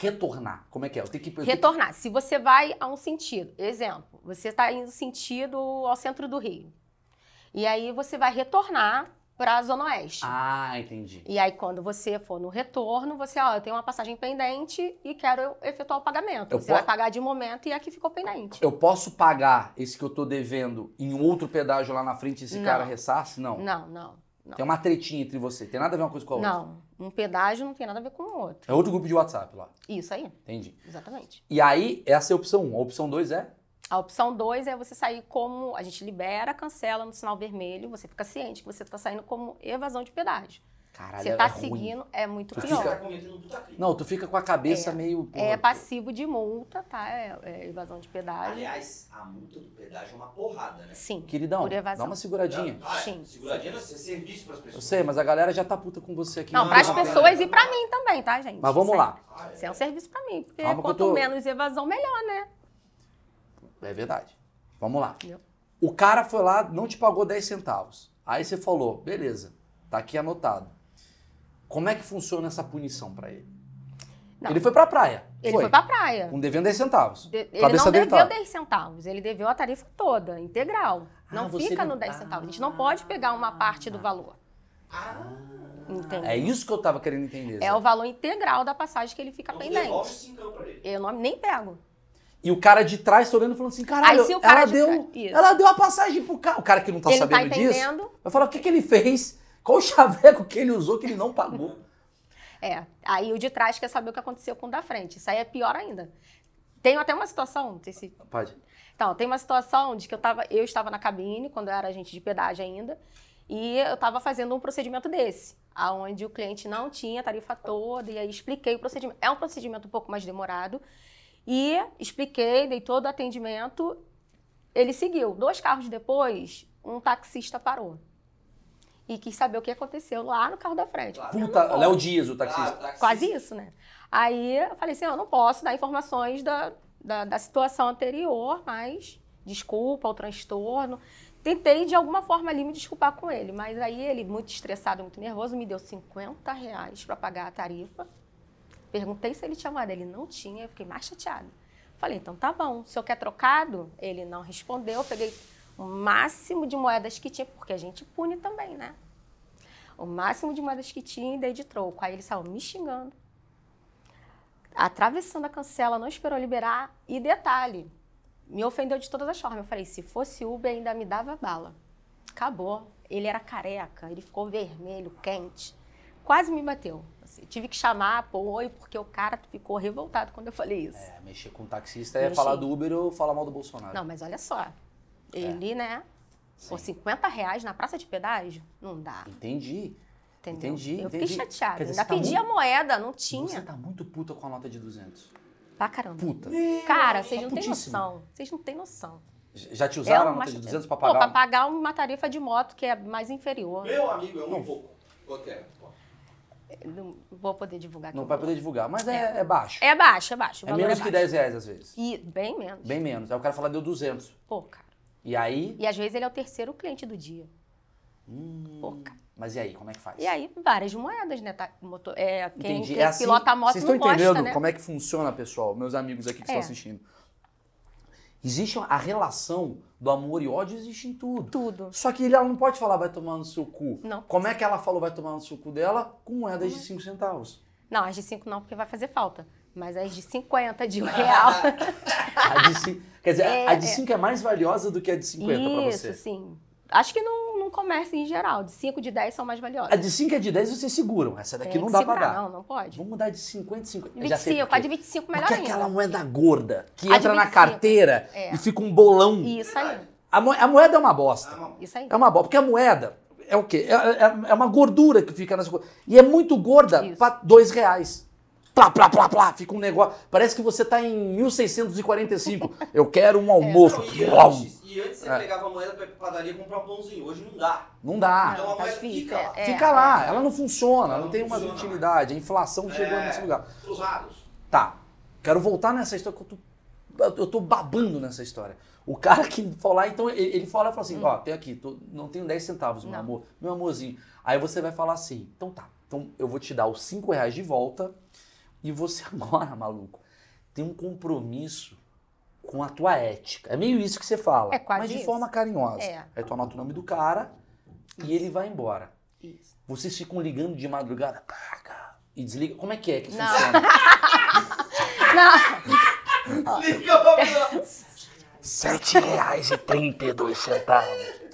Speaker 2: Retornar. Como é que é? Eu tenho que. eu tenho que-
Speaker 1: Retornar. Se você vai a um sentido, exemplo, você está indo sentido ao centro do Rio. E aí você vai retornar para a Zona Oeste.
Speaker 2: Ah, entendi.
Speaker 1: E aí, quando você for no retorno, você, ó, eu tenho uma passagem pendente e quero efetuar o pagamento.
Speaker 2: Eu
Speaker 1: você
Speaker 2: po-
Speaker 1: vai pagar de momento e a que ficou pendente.
Speaker 2: Eu posso pagar esse que eu tô devendo em um outro pedágio lá na frente e esse
Speaker 1: Não.
Speaker 2: cara ressarce? Não.
Speaker 1: Não, não, não.
Speaker 2: Tem uma tretinha entre você. Tem nada a ver uma coisa com a outra.
Speaker 1: Não. Um pedágio não tem nada a ver com o outro.
Speaker 2: É outro grupo de WhatsApp lá.
Speaker 1: Isso aí,
Speaker 2: Entendi.
Speaker 1: exatamente.
Speaker 2: E aí, essa é a opção 1. A opção 2 é?
Speaker 1: A opção 2 é você sair como. A gente libera, cancela no sinal vermelho, você fica ciente que você está saindo como evasão de pedágio.
Speaker 2: Caralho,
Speaker 1: Você
Speaker 2: é
Speaker 1: tá
Speaker 2: ruim.
Speaker 1: seguindo, é muito
Speaker 2: Tu
Speaker 3: Você
Speaker 1: pior.
Speaker 3: tá cometendo putacrime.
Speaker 2: Não, tu fica com a cabeça
Speaker 1: É.
Speaker 2: meio... porra,
Speaker 1: É passivo de multa, tá? É, é evasão de pedágio.
Speaker 3: Aliás, a multa do pedágio é uma porrada, né?
Speaker 1: Sim.
Speaker 2: Queridão,
Speaker 1: Por evasão.
Speaker 2: dá uma seguradinha.
Speaker 3: Ah,
Speaker 1: Sim.
Speaker 3: Seguradinha não, isso é serviço pras pessoas.
Speaker 2: Eu sei, mas a galera já tá puta com você aqui.
Speaker 1: Não,
Speaker 3: Não,
Speaker 1: para as
Speaker 3: não,
Speaker 1: pessoas
Speaker 3: não.
Speaker 1: e para mim também, tá, gente?
Speaker 2: Mas vamos
Speaker 1: Isso
Speaker 2: lá.
Speaker 3: Ah,
Speaker 1: é-
Speaker 3: é.
Speaker 1: Isso é um serviço para mim, porque
Speaker 2: Calma que eu
Speaker 1: quanto
Speaker 2: tô-
Speaker 1: menos evasão, melhor, né?
Speaker 2: É verdade. Vamos lá.
Speaker 1: Entendeu?
Speaker 2: O O cara foi lá, não te pagou 10 centavos. Aí você falou, beleza, tá aqui anotado. Como é que funciona essa punição pra ele?
Speaker 1: Não.
Speaker 2: Ele foi pra praia.
Speaker 1: Ele foi, pra praia.
Speaker 2: Com devendo 10 centavos.
Speaker 1: De- ele
Speaker 2: Cabeça
Speaker 1: não
Speaker 2: dele
Speaker 1: deveu
Speaker 2: tá.
Speaker 1: 10 centavos, ele deveu a tarifa toda, integral.
Speaker 2: Ah,
Speaker 1: Não
Speaker 2: você
Speaker 1: fica
Speaker 2: não-
Speaker 1: no 10 centavos. A gente não
Speaker 2: Ah.
Speaker 1: pode pegar uma parte do valor.
Speaker 3: Ah,
Speaker 1: Entende?
Speaker 2: É isso que eu tava querendo entender.
Speaker 1: É,
Speaker 2: Zé.
Speaker 1: o valor integral da passagem que ele fica
Speaker 3: então devolve
Speaker 1: pendente.
Speaker 3: cinco pra
Speaker 2: Um
Speaker 3: ele.
Speaker 1: Eu não, nem pego.
Speaker 2: E o cara de trás tá olhando e falando assim, caralho,
Speaker 1: se o cara
Speaker 2: ela,
Speaker 1: de
Speaker 2: deu,
Speaker 1: trás- isso.
Speaker 2: ela deu a passagem pro cara. O cara que não tá
Speaker 1: ele não tá
Speaker 2: sabendo disso,
Speaker 1: entendendo.
Speaker 2: vai falar, o que, que ele fez? Qual o chaveco que ele usou que ele não pagou?
Speaker 1: É. Aí o de trás quer saber o que aconteceu com o da frente. Isso aí é pior ainda. Tenho até uma situação, não sei se
Speaker 2: Pode.
Speaker 1: Então, tem uma situação de que eu, tava, eu estava na cabine, quando eu era agente de pedágio ainda, e eu estava fazendo um procedimento desse, aonde o cliente não tinha a tarifa toda, e aí expliquei o procedimento. É um procedimento um pouco mais demorado, e expliquei, dei todo o atendimento, ele seguiu. Dois carros depois, um taxista parou. E quis saber o que aconteceu lá no carro da frente.
Speaker 3: Claro.
Speaker 2: Puta,
Speaker 1: vou.
Speaker 2: Léo Dias, o taxista.
Speaker 3: Claro, Ah, taxista.
Speaker 1: Quase isso, né? Aí eu falei assim, eu não posso dar informações da, da, da situação anterior, mas desculpa o transtorno. Tentei de alguma forma ali me desculpar com ele, mas aí ele, muito estressado, muito nervoso, me deu 50 reais para pagar a tarifa. Perguntei se ele tinha moeda, ele não tinha, eu fiquei mais chateada. Falei, então tá bom, o senhor quer trocado? Ele não respondeu, eu peguei o máximo de moedas que tinha, porque a gente pune também, né? o máximo de moedas que tinha e dei de troco. Aí ele saiu me xingando, atravessando a cancela, não esperou liberar. E detalhe, me ofendeu de todas as formas. Eu falei, se fosse Uber, ainda me dava bala. Acabou. Ele era careca, ele ficou vermelho, quente. Quase me bateu. Assim, tive que chamar apoio, porque o cara ficou revoltado quando eu falei isso.
Speaker 2: É, mexer com taxista é
Speaker 1: Mexi.
Speaker 2: falar do Uber ou falar mal do Bolsonaro.
Speaker 1: Não, mas olha só. Ele, né? Por 50 reais na praça de pedágio, não dá.
Speaker 2: Entendi.
Speaker 1: Entendeu?
Speaker 2: Entendi,
Speaker 1: Eu fiquei
Speaker 2: entendi.
Speaker 1: chateada.
Speaker 2: Quer dizer,
Speaker 1: Ainda
Speaker 2: você tá
Speaker 1: pedi
Speaker 2: muito-
Speaker 1: a moeda, não
Speaker 2: Você
Speaker 1: tinha.
Speaker 2: tá muito puta com a nota de 200.
Speaker 1: Pra caramba.
Speaker 2: Puta.
Speaker 1: Cara, vocês não têm
Speaker 2: putíssimo.
Speaker 1: noção. Vocês não têm noção.
Speaker 2: Já te usaram
Speaker 1: É uma
Speaker 2: a nota de
Speaker 1: chate-
Speaker 2: 200 pra
Speaker 1: Pô, pra
Speaker 2: pagar? um?
Speaker 1: pagar uma tarifa de moto que é mais inferior.
Speaker 3: Meu amigo, é um
Speaker 2: Não.
Speaker 3: e pouco. Quanto é?
Speaker 1: Eu Não vou poder divulgar aqui.
Speaker 2: Não vai poder divulgar, mas é, é baixo. É,
Speaker 1: É baixo, é baixo. O valor
Speaker 2: menos
Speaker 1: é
Speaker 2: que
Speaker 1: baixo.
Speaker 2: 10 reais às vezes.
Speaker 1: E bem menos.
Speaker 2: Bem menos. Aí o cara fala, deu 200.
Speaker 1: Pô, cara.
Speaker 2: E aí...
Speaker 1: E às vezes ele é o terceiro cliente do dia.
Speaker 2: hum,
Speaker 1: Pô, cara.
Speaker 2: mas e aí, como é que faz?
Speaker 1: E aí, várias moedas, né? Tá, motor, é, quem
Speaker 2: Entendi.
Speaker 1: quem
Speaker 2: é assim,
Speaker 1: pilota a moto
Speaker 2: Vocês
Speaker 1: não
Speaker 2: estão entendendo
Speaker 1: gosta, né?
Speaker 2: como é que funciona, pessoal? Meus amigos aqui que estão
Speaker 1: É.
Speaker 2: assistindo. Existe a relação do amor e ódio, existe em tudo.
Speaker 1: Tudo.
Speaker 2: Só que ela não pode falar vai tomar no seu cu.
Speaker 1: Não. Uhum.
Speaker 2: Como é que ela falou vai tomar no seu cu dela? Com moedas de 5 centavos.
Speaker 1: Não, as de 5 não, porque vai fazer falta. Mas as de 50, de um real.
Speaker 2: A de cin- Quer dizer, a- a de
Speaker 1: É, é.
Speaker 2: 5 é mais valiosa do que a de 50 pra
Speaker 1: Isso,
Speaker 2: você.
Speaker 1: sim. Acho que não, não começa em geral. De 5, de 10 são mais É, valiosas.
Speaker 2: A de 5 e a de 10 vocês seguram. Essa daqui
Speaker 1: Tem
Speaker 2: não
Speaker 1: que
Speaker 2: dá pra
Speaker 1: segurar,
Speaker 2: dar.
Speaker 1: Não, não pode.
Speaker 2: Vamos mudar de 50 e 50. Eu Já sei
Speaker 1: 25,
Speaker 2: por
Speaker 1: a
Speaker 2: quê.
Speaker 1: de 25 melhor
Speaker 2: Porque é
Speaker 1: ainda.
Speaker 2: aquela moeda gorda que
Speaker 1: A de
Speaker 2: entra na
Speaker 1: 25.
Speaker 2: carteira
Speaker 1: É.
Speaker 2: e fica um bolão.
Speaker 1: Isso aí,
Speaker 2: A, mo- a moeda é uma bosta.
Speaker 3: Ah, mano.
Speaker 1: isso aí.
Speaker 2: É uma bosta. Porque a moeda é o quê? É, é- é uma gordura que fica nessa coisa. E é muito gorda
Speaker 1: Isso.
Speaker 2: pra dois reais. Plá, plá, plá, plá. Fica um negócio. Parece que você tá em 1645. Eu quero um almoço.
Speaker 3: É, Não, e,
Speaker 2: Plum.
Speaker 3: antes, e antes você
Speaker 2: É.
Speaker 3: pegava a moeda pra ir pra padaria e comprar um pãozinho. Hoje não dá.
Speaker 2: Não
Speaker 1: Ah, tá
Speaker 2: dá.
Speaker 3: Então a moeda fica lá.
Speaker 1: é.
Speaker 2: Fica lá. Ela não funciona. Ela
Speaker 3: Ela
Speaker 2: não
Speaker 3: não
Speaker 2: tem uma
Speaker 3: funciona.
Speaker 2: utilidade. A inflação chegou
Speaker 3: É.
Speaker 2: nesse lugar.
Speaker 3: Cruzados.
Speaker 2: Tá. Quero voltar nessa história que eu tô, eu tô babando nessa história. O cara que foi lá, então, ele ele foi lá e falou assim, ó, tem aqui, tô- não tenho 10 centavos, meu
Speaker 1: Hum. Não.
Speaker 2: amor, meu amorzinho. Aí você vai falar assim, então tá, então eu vou te dar os 5 reais de volta e você agora, maluco, tem um compromisso com a tua ética. É meio isso que você fala,
Speaker 1: É quase
Speaker 2: mas de
Speaker 1: isso.
Speaker 2: forma carinhosa.
Speaker 1: É.
Speaker 2: Aí tu anota o nome do cara e ele vai embora.
Speaker 1: Isso.
Speaker 2: Vocês ficam ligando de madrugada, pá, cá, e desliga. Como é que é que
Speaker 1: Não.
Speaker 2: funciona?
Speaker 1: Não,
Speaker 2: Ah.
Speaker 3: Liga pra ambulância.
Speaker 2: Sete reais e trinta e dois centavos.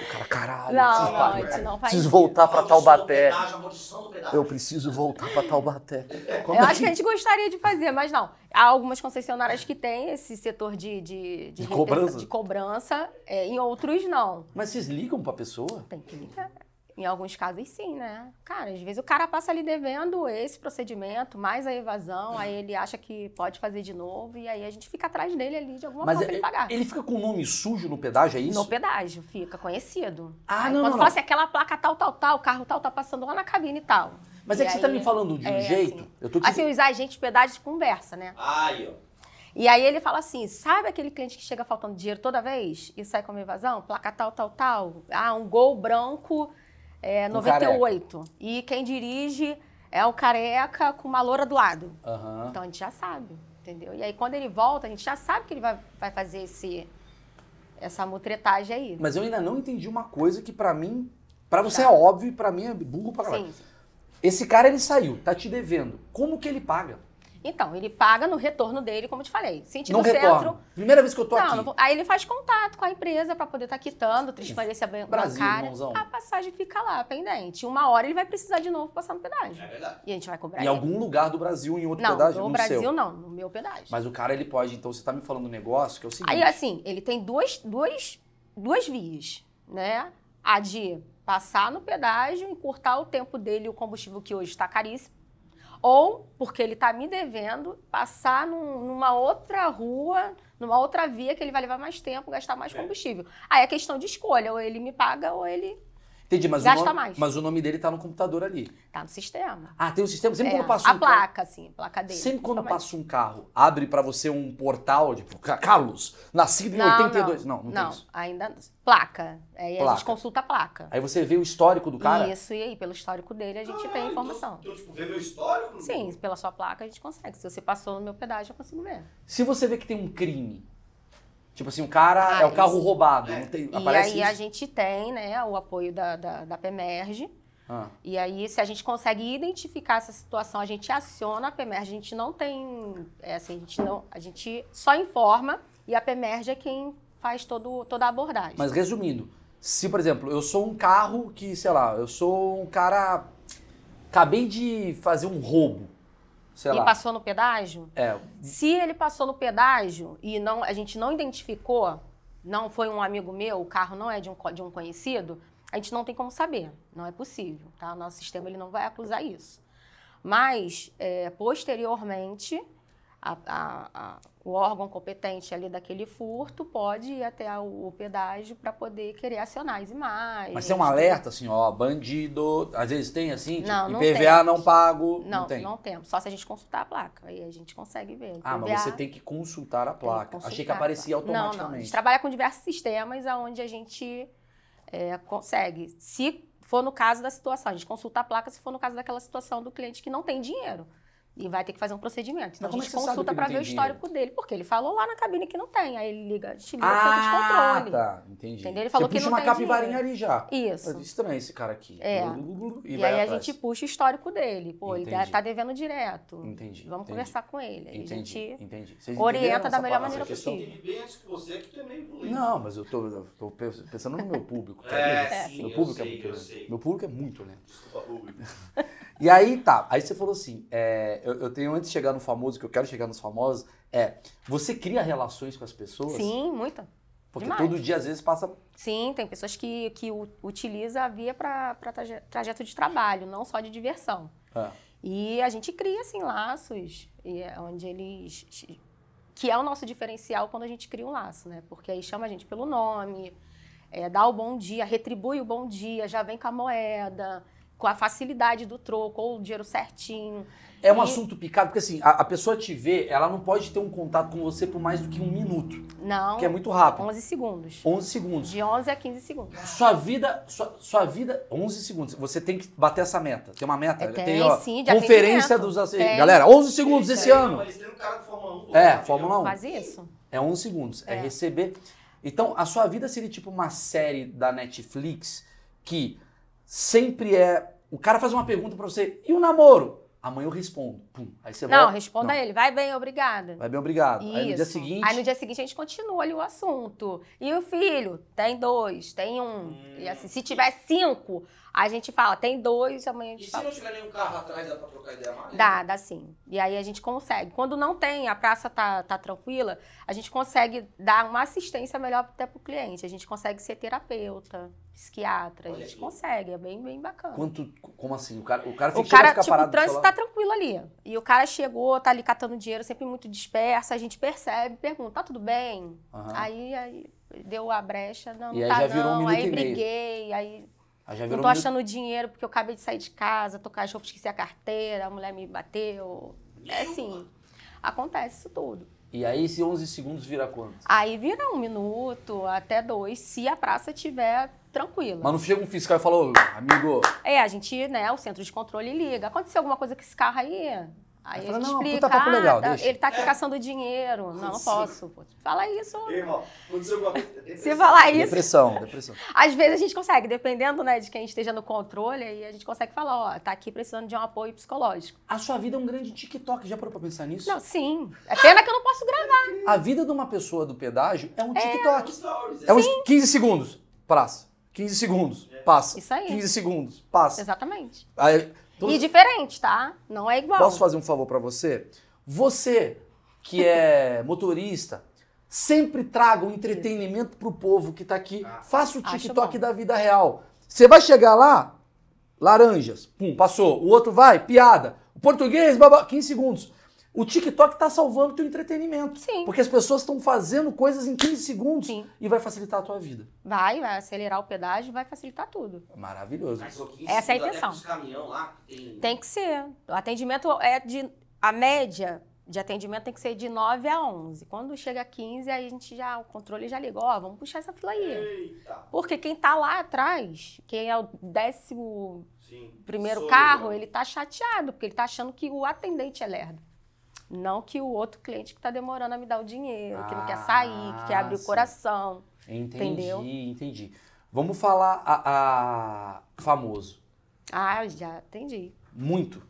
Speaker 2: O cara, caralho,
Speaker 1: não,
Speaker 2: preciso,
Speaker 1: não,
Speaker 2: parar,
Speaker 1: a gente não faz
Speaker 2: preciso
Speaker 1: isso.
Speaker 2: voltar pra Taubaté.
Speaker 3: Maldição do pedágio, a maldição do pedágio.
Speaker 2: Eu preciso voltar pra Taubaté. Como
Speaker 1: Eu
Speaker 2: é
Speaker 1: acho que a gente gostaria de fazer, mas não. Há algumas concessionárias que têm esse setor de... De,
Speaker 2: De
Speaker 1: retenção-
Speaker 2: cobrança?
Speaker 1: De cobrança, é, em outros não.
Speaker 2: Mas vocês ligam pra pessoa?
Speaker 1: Tem que ligar. Em alguns casos, sim, né? Cara, às vezes o cara passa ali devendo esse procedimento, mais a evasão, aí ele acha que pode fazer de novo, e aí a gente fica atrás dele ali de alguma
Speaker 2: Mas
Speaker 1: forma pra ele pagar.
Speaker 2: é- ele fica com o nome sujo no pedágio, é isso?
Speaker 1: No pedágio, fica conhecido.
Speaker 2: Ah,
Speaker 1: aí
Speaker 2: não,
Speaker 1: quando
Speaker 2: não,
Speaker 1: fala
Speaker 2: não.
Speaker 1: assim, aquela placa tal, tal, tal, o carro tal tá passando lá na cabine e tal.
Speaker 2: Mas
Speaker 1: E
Speaker 2: é que você
Speaker 1: assim, aí-
Speaker 2: tá me falando de um
Speaker 1: é,
Speaker 2: jeito.
Speaker 1: assim.
Speaker 2: eu tô te...
Speaker 1: Assim, os agentes de pedágio conversa, né?
Speaker 3: Aí, ó.
Speaker 1: E E aí ele fala assim: sabe aquele cliente que chega faltando dinheiro toda vez e sai com uma invasão? Placa tal, tal, tal. Ah, um gol branco é,
Speaker 2: Um
Speaker 1: 98. E quem dirige é o careca com uma loura do lado.
Speaker 2: Aham.
Speaker 1: Então a gente já sabe, entendeu? E aí quando ele volta, a gente já sabe que ele vai, vai fazer esse, essa mutretagem aí.
Speaker 2: Mas eu ainda não entendi uma coisa que pra mim, pra você é óbvio, e pra mim é burro pra caralho.
Speaker 1: Tá. Sim.
Speaker 2: Esse cara ele saiu, tá te devendo. Como que ele paga?
Speaker 1: Então, ele paga no retorno dele, como eu te falei. Sentido
Speaker 2: não
Speaker 1: centro.
Speaker 2: retorno. Primeira vez que eu tô
Speaker 1: Não,
Speaker 2: aqui.
Speaker 1: não vou- aí ele faz contato com a empresa para poder estar quitando, transferência ban-
Speaker 2: Brasil,
Speaker 1: bancária.
Speaker 2: irmãozão.
Speaker 1: A passagem fica lá, pendente. Uma hora ele vai precisar de novo passar no pedágio.
Speaker 3: É verdade.
Speaker 1: E a gente vai cobrar
Speaker 2: Em
Speaker 1: ele.
Speaker 2: algum lugar do Brasil, em outro
Speaker 1: Não,
Speaker 2: pedágio,
Speaker 1: no
Speaker 2: não
Speaker 1: Brasil
Speaker 2: seu.
Speaker 1: não, no meu pedágio.
Speaker 2: Mas o cara ele pode, então você tá me falando um negócio que é o seguinte.
Speaker 1: Aí, assim, ele tem duas, duas, duas vias, né? A de passar no pedágio, encurtar o tempo dele e o combustível que hoje está caríssimo. Ou, porque ele está me devendo, passar num- numa outra rua, numa outra via que ele vai levar mais tempo, gastar mais
Speaker 3: É.
Speaker 1: combustível. Aí é questão de escolha, ou ele me paga ou ele
Speaker 2: Entendi, mas,
Speaker 1: gasta
Speaker 2: o nome,
Speaker 1: mais.
Speaker 2: mas o nome dele tá no computador ali.
Speaker 1: tá no sistema.
Speaker 2: Ah, tem um sistema. Sempre
Speaker 1: É,
Speaker 2: quando passa
Speaker 1: a
Speaker 2: um carro.
Speaker 1: placa, assim, a placa dele.
Speaker 2: Sempre quando
Speaker 1: Mas-
Speaker 2: passa um carro, abre pra você um portal, tipo, "Ca- Carlos, nascido em
Speaker 1: Não,
Speaker 2: 82. Não, não, tem isso.
Speaker 1: ainda não. Placa. Aí a
Speaker 2: Placa.
Speaker 1: gente consulta a placa.
Speaker 2: Aí você vê o histórico do cara.
Speaker 1: Isso, e aí, pelo histórico dele, a gente tem
Speaker 3: Caralho,
Speaker 1: informação.
Speaker 3: Então, então, tipo, ver meu histórico? não-
Speaker 1: Sim, pela sua placa a gente consegue. Se você passou no meu pedágio, eu consigo ver.
Speaker 2: Se você vê que tem um crime, tipo assim, o cara
Speaker 1: Ah,
Speaker 2: é o carro
Speaker 1: isso.
Speaker 2: roubado, não tem,
Speaker 1: E
Speaker 2: aparece
Speaker 1: aí
Speaker 2: isso?
Speaker 1: a gente tem, né, o apoio da, da, da PEMERG.
Speaker 2: Ah,
Speaker 1: E aí, se a gente consegue identificar essa situação, a gente aciona a PEMERG. A gente não tem. É assim, a gente não. A gente só informa e a PEMERG é quem faz todo, toda a abordagem.
Speaker 2: mas resumindo, se, por exemplo, eu sou um carro que, sei lá, eu sou um cara... Acabei de fazer um roubo, sei
Speaker 1: e
Speaker 2: lá.
Speaker 1: passou no pedágio?
Speaker 2: É,
Speaker 1: Se ele passou no pedágio e não, a gente não identificou, não foi um amigo meu, o carro não é de um, co- de um conhecido, a gente não tem como saber. Não é possível, tá? O nosso sistema ele não vai acusar isso. Mas, é, posteriormente, a- a- a- o órgão competente ali daquele furto pode ir até o, o pedágio para poder querer acionar as imagens.
Speaker 2: mas tem um alerta assim, ó, bandido, às vezes tem assim, tipo,
Speaker 1: Não, não
Speaker 2: IPVA
Speaker 1: tem.
Speaker 2: não pago,
Speaker 1: Não, não
Speaker 2: tem.
Speaker 1: tem. Só se a gente consultar a placa. Aí a gente consegue ver.
Speaker 2: Ah, mas
Speaker 1: PVA.
Speaker 2: você tem que consultar a
Speaker 1: Tem que
Speaker 2: placa. Achei que
Speaker 1: consultar,
Speaker 2: aparecia
Speaker 1: claro. Não, não. A
Speaker 2: automaticamente.
Speaker 1: gente trabalha com diversos sistemas onde a gente é, consegue. Se for no caso da situação, a gente consulta a placa se for no caso daquela situação do cliente que não tem dinheiro. E vai ter que fazer um procedimento. Então
Speaker 2: Mas como
Speaker 1: a
Speaker 2: é
Speaker 1: gente
Speaker 2: que você sabe que
Speaker 1: consulta
Speaker 2: ele
Speaker 1: para
Speaker 2: tem
Speaker 1: ver o
Speaker 2: dinheiro?
Speaker 1: histórico dele, porque ele falou lá na cabine que não tem. Aí ele liga, a gente liga
Speaker 2: ah,
Speaker 1: para o centro de controle.
Speaker 2: tá, entendi.
Speaker 1: Entendeu? Ele falou
Speaker 2: você
Speaker 1: que
Speaker 2: puxa
Speaker 1: não
Speaker 2: uma
Speaker 1: tem
Speaker 2: capivarinha
Speaker 1: dinheiro.
Speaker 2: ali já.
Speaker 1: Isso.
Speaker 2: Mas Estranho esse cara aqui.
Speaker 1: É.
Speaker 2: tá. E,
Speaker 1: E,
Speaker 2: vai
Speaker 1: aí a
Speaker 2: atrás.
Speaker 1: gente puxa o histórico dele. Pô, ele
Speaker 2: Entendi.
Speaker 1: tá devendo direto.
Speaker 2: Entendi.
Speaker 1: Vamos
Speaker 2: entendi,
Speaker 1: conversar com ele. Aí
Speaker 2: Entendi.
Speaker 1: a gente.
Speaker 2: entendi. Vocês
Speaker 1: orienta
Speaker 2: entenderam
Speaker 1: da
Speaker 2: essa
Speaker 1: melhor
Speaker 2: parada?
Speaker 1: maneira
Speaker 3: Essa questão tem
Speaker 1: possível.
Speaker 3: que viver antes que você, que tu é meio doente.
Speaker 2: Não, mas eu tô, eu tô pe- pensando no meu público. tá
Speaker 3: É,
Speaker 2: ligado?
Speaker 3: sim,
Speaker 2: meu
Speaker 3: eu
Speaker 2: público é
Speaker 3: sei,
Speaker 2: muito
Speaker 3: eu
Speaker 2: lento.
Speaker 3: sei.
Speaker 2: Meu público é muito lento.
Speaker 3: Desculpa, público.
Speaker 2: E aí tá, aí você falou assim: é, eu, eu tenho antes de chegar no famoso, que eu quero chegar nos famosos, é você cria relações com as pessoas?
Speaker 1: Sim, muita.
Speaker 2: Porque
Speaker 1: demais.
Speaker 2: todo dia às vezes passa.
Speaker 1: Sim, tem pessoas que, que u- utiliza a via para trajeto de trabalho, não só de diversão.
Speaker 2: Ah,
Speaker 1: E a gente cria, assim, laços, e é onde eles. que é o nosso diferencial quando a gente cria um laço, né? Porque aí chama a gente pelo nome, é, dá o bom dia, retribui o bom dia, já vem com a moeda, com a facilidade do troco, ou o dinheiro certinho.
Speaker 2: É um
Speaker 1: E-
Speaker 2: assunto picado, porque assim, a, a pessoa te vê, ela não pode ter um contato com você por mais do que um minuto,
Speaker 1: Não,
Speaker 2: porque é muito rápido.
Speaker 1: 11 segundos.
Speaker 2: 11 segundos.
Speaker 1: De 11 a 15 segundos.
Speaker 2: Sua vida, sua, sua vida, 11 segundos. Você tem que bater essa meta. Tem uma meta?
Speaker 1: É, tem,
Speaker 2: ó,
Speaker 1: sim, de
Speaker 2: conferência
Speaker 1: atendimento.
Speaker 2: dos ace-
Speaker 1: Tem.
Speaker 2: Galera, 11 segundos esse ano.
Speaker 3: Eles têm um cara de Fórmula 1. pô.
Speaker 2: É, Fórmula 1.
Speaker 1: Quase isso.
Speaker 2: É 11 segundos. É.
Speaker 1: É.
Speaker 2: receber. Então, a sua vida seria tipo uma série da Netflix que sempre é. O cara faz uma pergunta pra você, e o namoro? Amanhã eu respondo. Pum. Aí você
Speaker 1: Não,
Speaker 2: volta.
Speaker 1: responda
Speaker 2: Não.
Speaker 1: a ele. Vai bem, obrigada.
Speaker 2: Vai bem, obrigado. Aí no dia
Speaker 1: Isso.
Speaker 2: seguinte.
Speaker 1: Aí no dia seguinte a gente continua ali o assunto. E o filho? Tem dois, tem um.
Speaker 3: Hum.
Speaker 1: E assim, se tiver cinco, a gente fala, tem dois, amanhã a
Speaker 3: E
Speaker 1: gente
Speaker 3: se
Speaker 1: fala.
Speaker 3: não tiver nenhum carro atrás, dá pra trocar ideia mais?
Speaker 1: Dá, dá sim. E aí a gente consegue. Quando não tem, a praça tá, tá tranquila, a gente consegue dar uma assistência melhor até pro cliente. A gente consegue ser terapeuta, psiquiatra, a
Speaker 3: Olha
Speaker 1: gente
Speaker 3: aí.
Speaker 1: consegue. É bem, bem bacana.
Speaker 2: Quanto. Como assim? O cara, o cara
Speaker 1: O
Speaker 2: fica,
Speaker 1: cara,
Speaker 2: fica
Speaker 1: tipo, o
Speaker 2: parado. do seu
Speaker 1: trânsito
Speaker 2: lado?
Speaker 1: tá tranquilo ali. E o cara chegou, tá ali catando dinheiro, sempre muito disperso, a gente percebe, pergunta, tá tudo bem?
Speaker 2: Aham.
Speaker 1: Aí, aí deu a brecha, não,
Speaker 2: Ah. E aí
Speaker 1: não tá
Speaker 2: já virou um
Speaker 1: não,
Speaker 2: minuto
Speaker 1: aí
Speaker 2: e meio.
Speaker 1: briguei, aí
Speaker 2: Aí já
Speaker 1: não
Speaker 2: virou
Speaker 1: tô
Speaker 2: um
Speaker 1: achando dinheiro porque eu acabei de sair de casa, tô com a roupa, esqueci a carteira, a mulher me bateu. É assim, acontece isso tudo.
Speaker 2: E aí esse 11 segundos vira quanto?
Speaker 1: Aí vira um minuto, até dois, se a praça estiver tranquila.
Speaker 2: Mas não chega um fiscal e fala, "Ô, amigo,
Speaker 1: É, a gente, né, o centro de controle liga. Aconteceu alguma coisa com esse carro aí? Aí
Speaker 2: Aí
Speaker 1: a
Speaker 2: fala,
Speaker 1: gente
Speaker 2: "Não,
Speaker 1: explica,
Speaker 2: puta papo legal,
Speaker 1: ah, tá-
Speaker 2: deixa."
Speaker 1: ele tá aqui caçando dinheiro. Não, não
Speaker 3: Putz.
Speaker 1: posso. pô. Fala isso.
Speaker 3: Ei, irmão, aconteceu alguma coisa.
Speaker 1: Se falar É isso,
Speaker 2: depressão, depressão.
Speaker 1: às vezes a gente consegue, dependendo, né, de quem esteja no controle, aí a gente consegue falar, ó, tá aqui precisando de um apoio psicológico.
Speaker 2: A sua vida é um grande TikTok, já parou pra pensar nisso?
Speaker 1: Não, sim. É pena que eu não posso gravar.
Speaker 2: A vida de uma pessoa do pedágio é um TikTok.
Speaker 3: Stories,
Speaker 2: É, uns 15 segundos, praça. 15 segundos, passa.
Speaker 1: Isso aí.
Speaker 2: 15 segundos, passa.
Speaker 1: Exatamente.
Speaker 2: Aí, todo-
Speaker 1: E diferente, tá? Não é igual.
Speaker 2: Então, Posso fazer um favor pra você? Você que é motorista, sempre traga um entretenimento pro povo que tá aqui.
Speaker 3: Ah,
Speaker 2: Faça o
Speaker 1: acho
Speaker 2: TikTok
Speaker 1: bom.
Speaker 2: da vida real. Você vai chegar lá, laranjas, pum, passou. O outro vai, piada. O português, babá, 15 segundos. O TikTok tá salvando teu entretenimento.
Speaker 1: Sim.
Speaker 2: Porque as pessoas estão fazendo coisas em 15 segundos
Speaker 1: Sim.
Speaker 2: e vai facilitar a tua vida.
Speaker 1: Vai, vai acelerar o pedágio, vai facilitar tudo.
Speaker 2: Maravilhoso.
Speaker 3: Mas só que
Speaker 1: Essa é a
Speaker 3: isso, até
Speaker 1: intenção.
Speaker 3: pros caminhão lá, que tem...
Speaker 1: Tem que ser. O atendimento é de. A média de atendimento tem que ser de 9 a 11. Quando chega a 15, aí a gente já. O controle já ligou, ó, vamos puxar essa fila aí.
Speaker 3: Eita,
Speaker 1: Porque quem tá lá atrás, quem é o décimo
Speaker 3: sim.
Speaker 1: primeiro
Speaker 3: Sou
Speaker 1: carro,
Speaker 3: eu,
Speaker 1: ele tá chateado, porque ele tá achando que o atendente é lerdo. Não que o outro cliente que tá demorando a me dar o dinheiro, que não quer sair, que quer abrir o
Speaker 2: Ah, sim.
Speaker 1: coração.
Speaker 2: Entendi,
Speaker 1: Entendeu?
Speaker 2: entendi. Vamos falar a- a famoso.
Speaker 1: Ah, já entendi.
Speaker 2: Muito.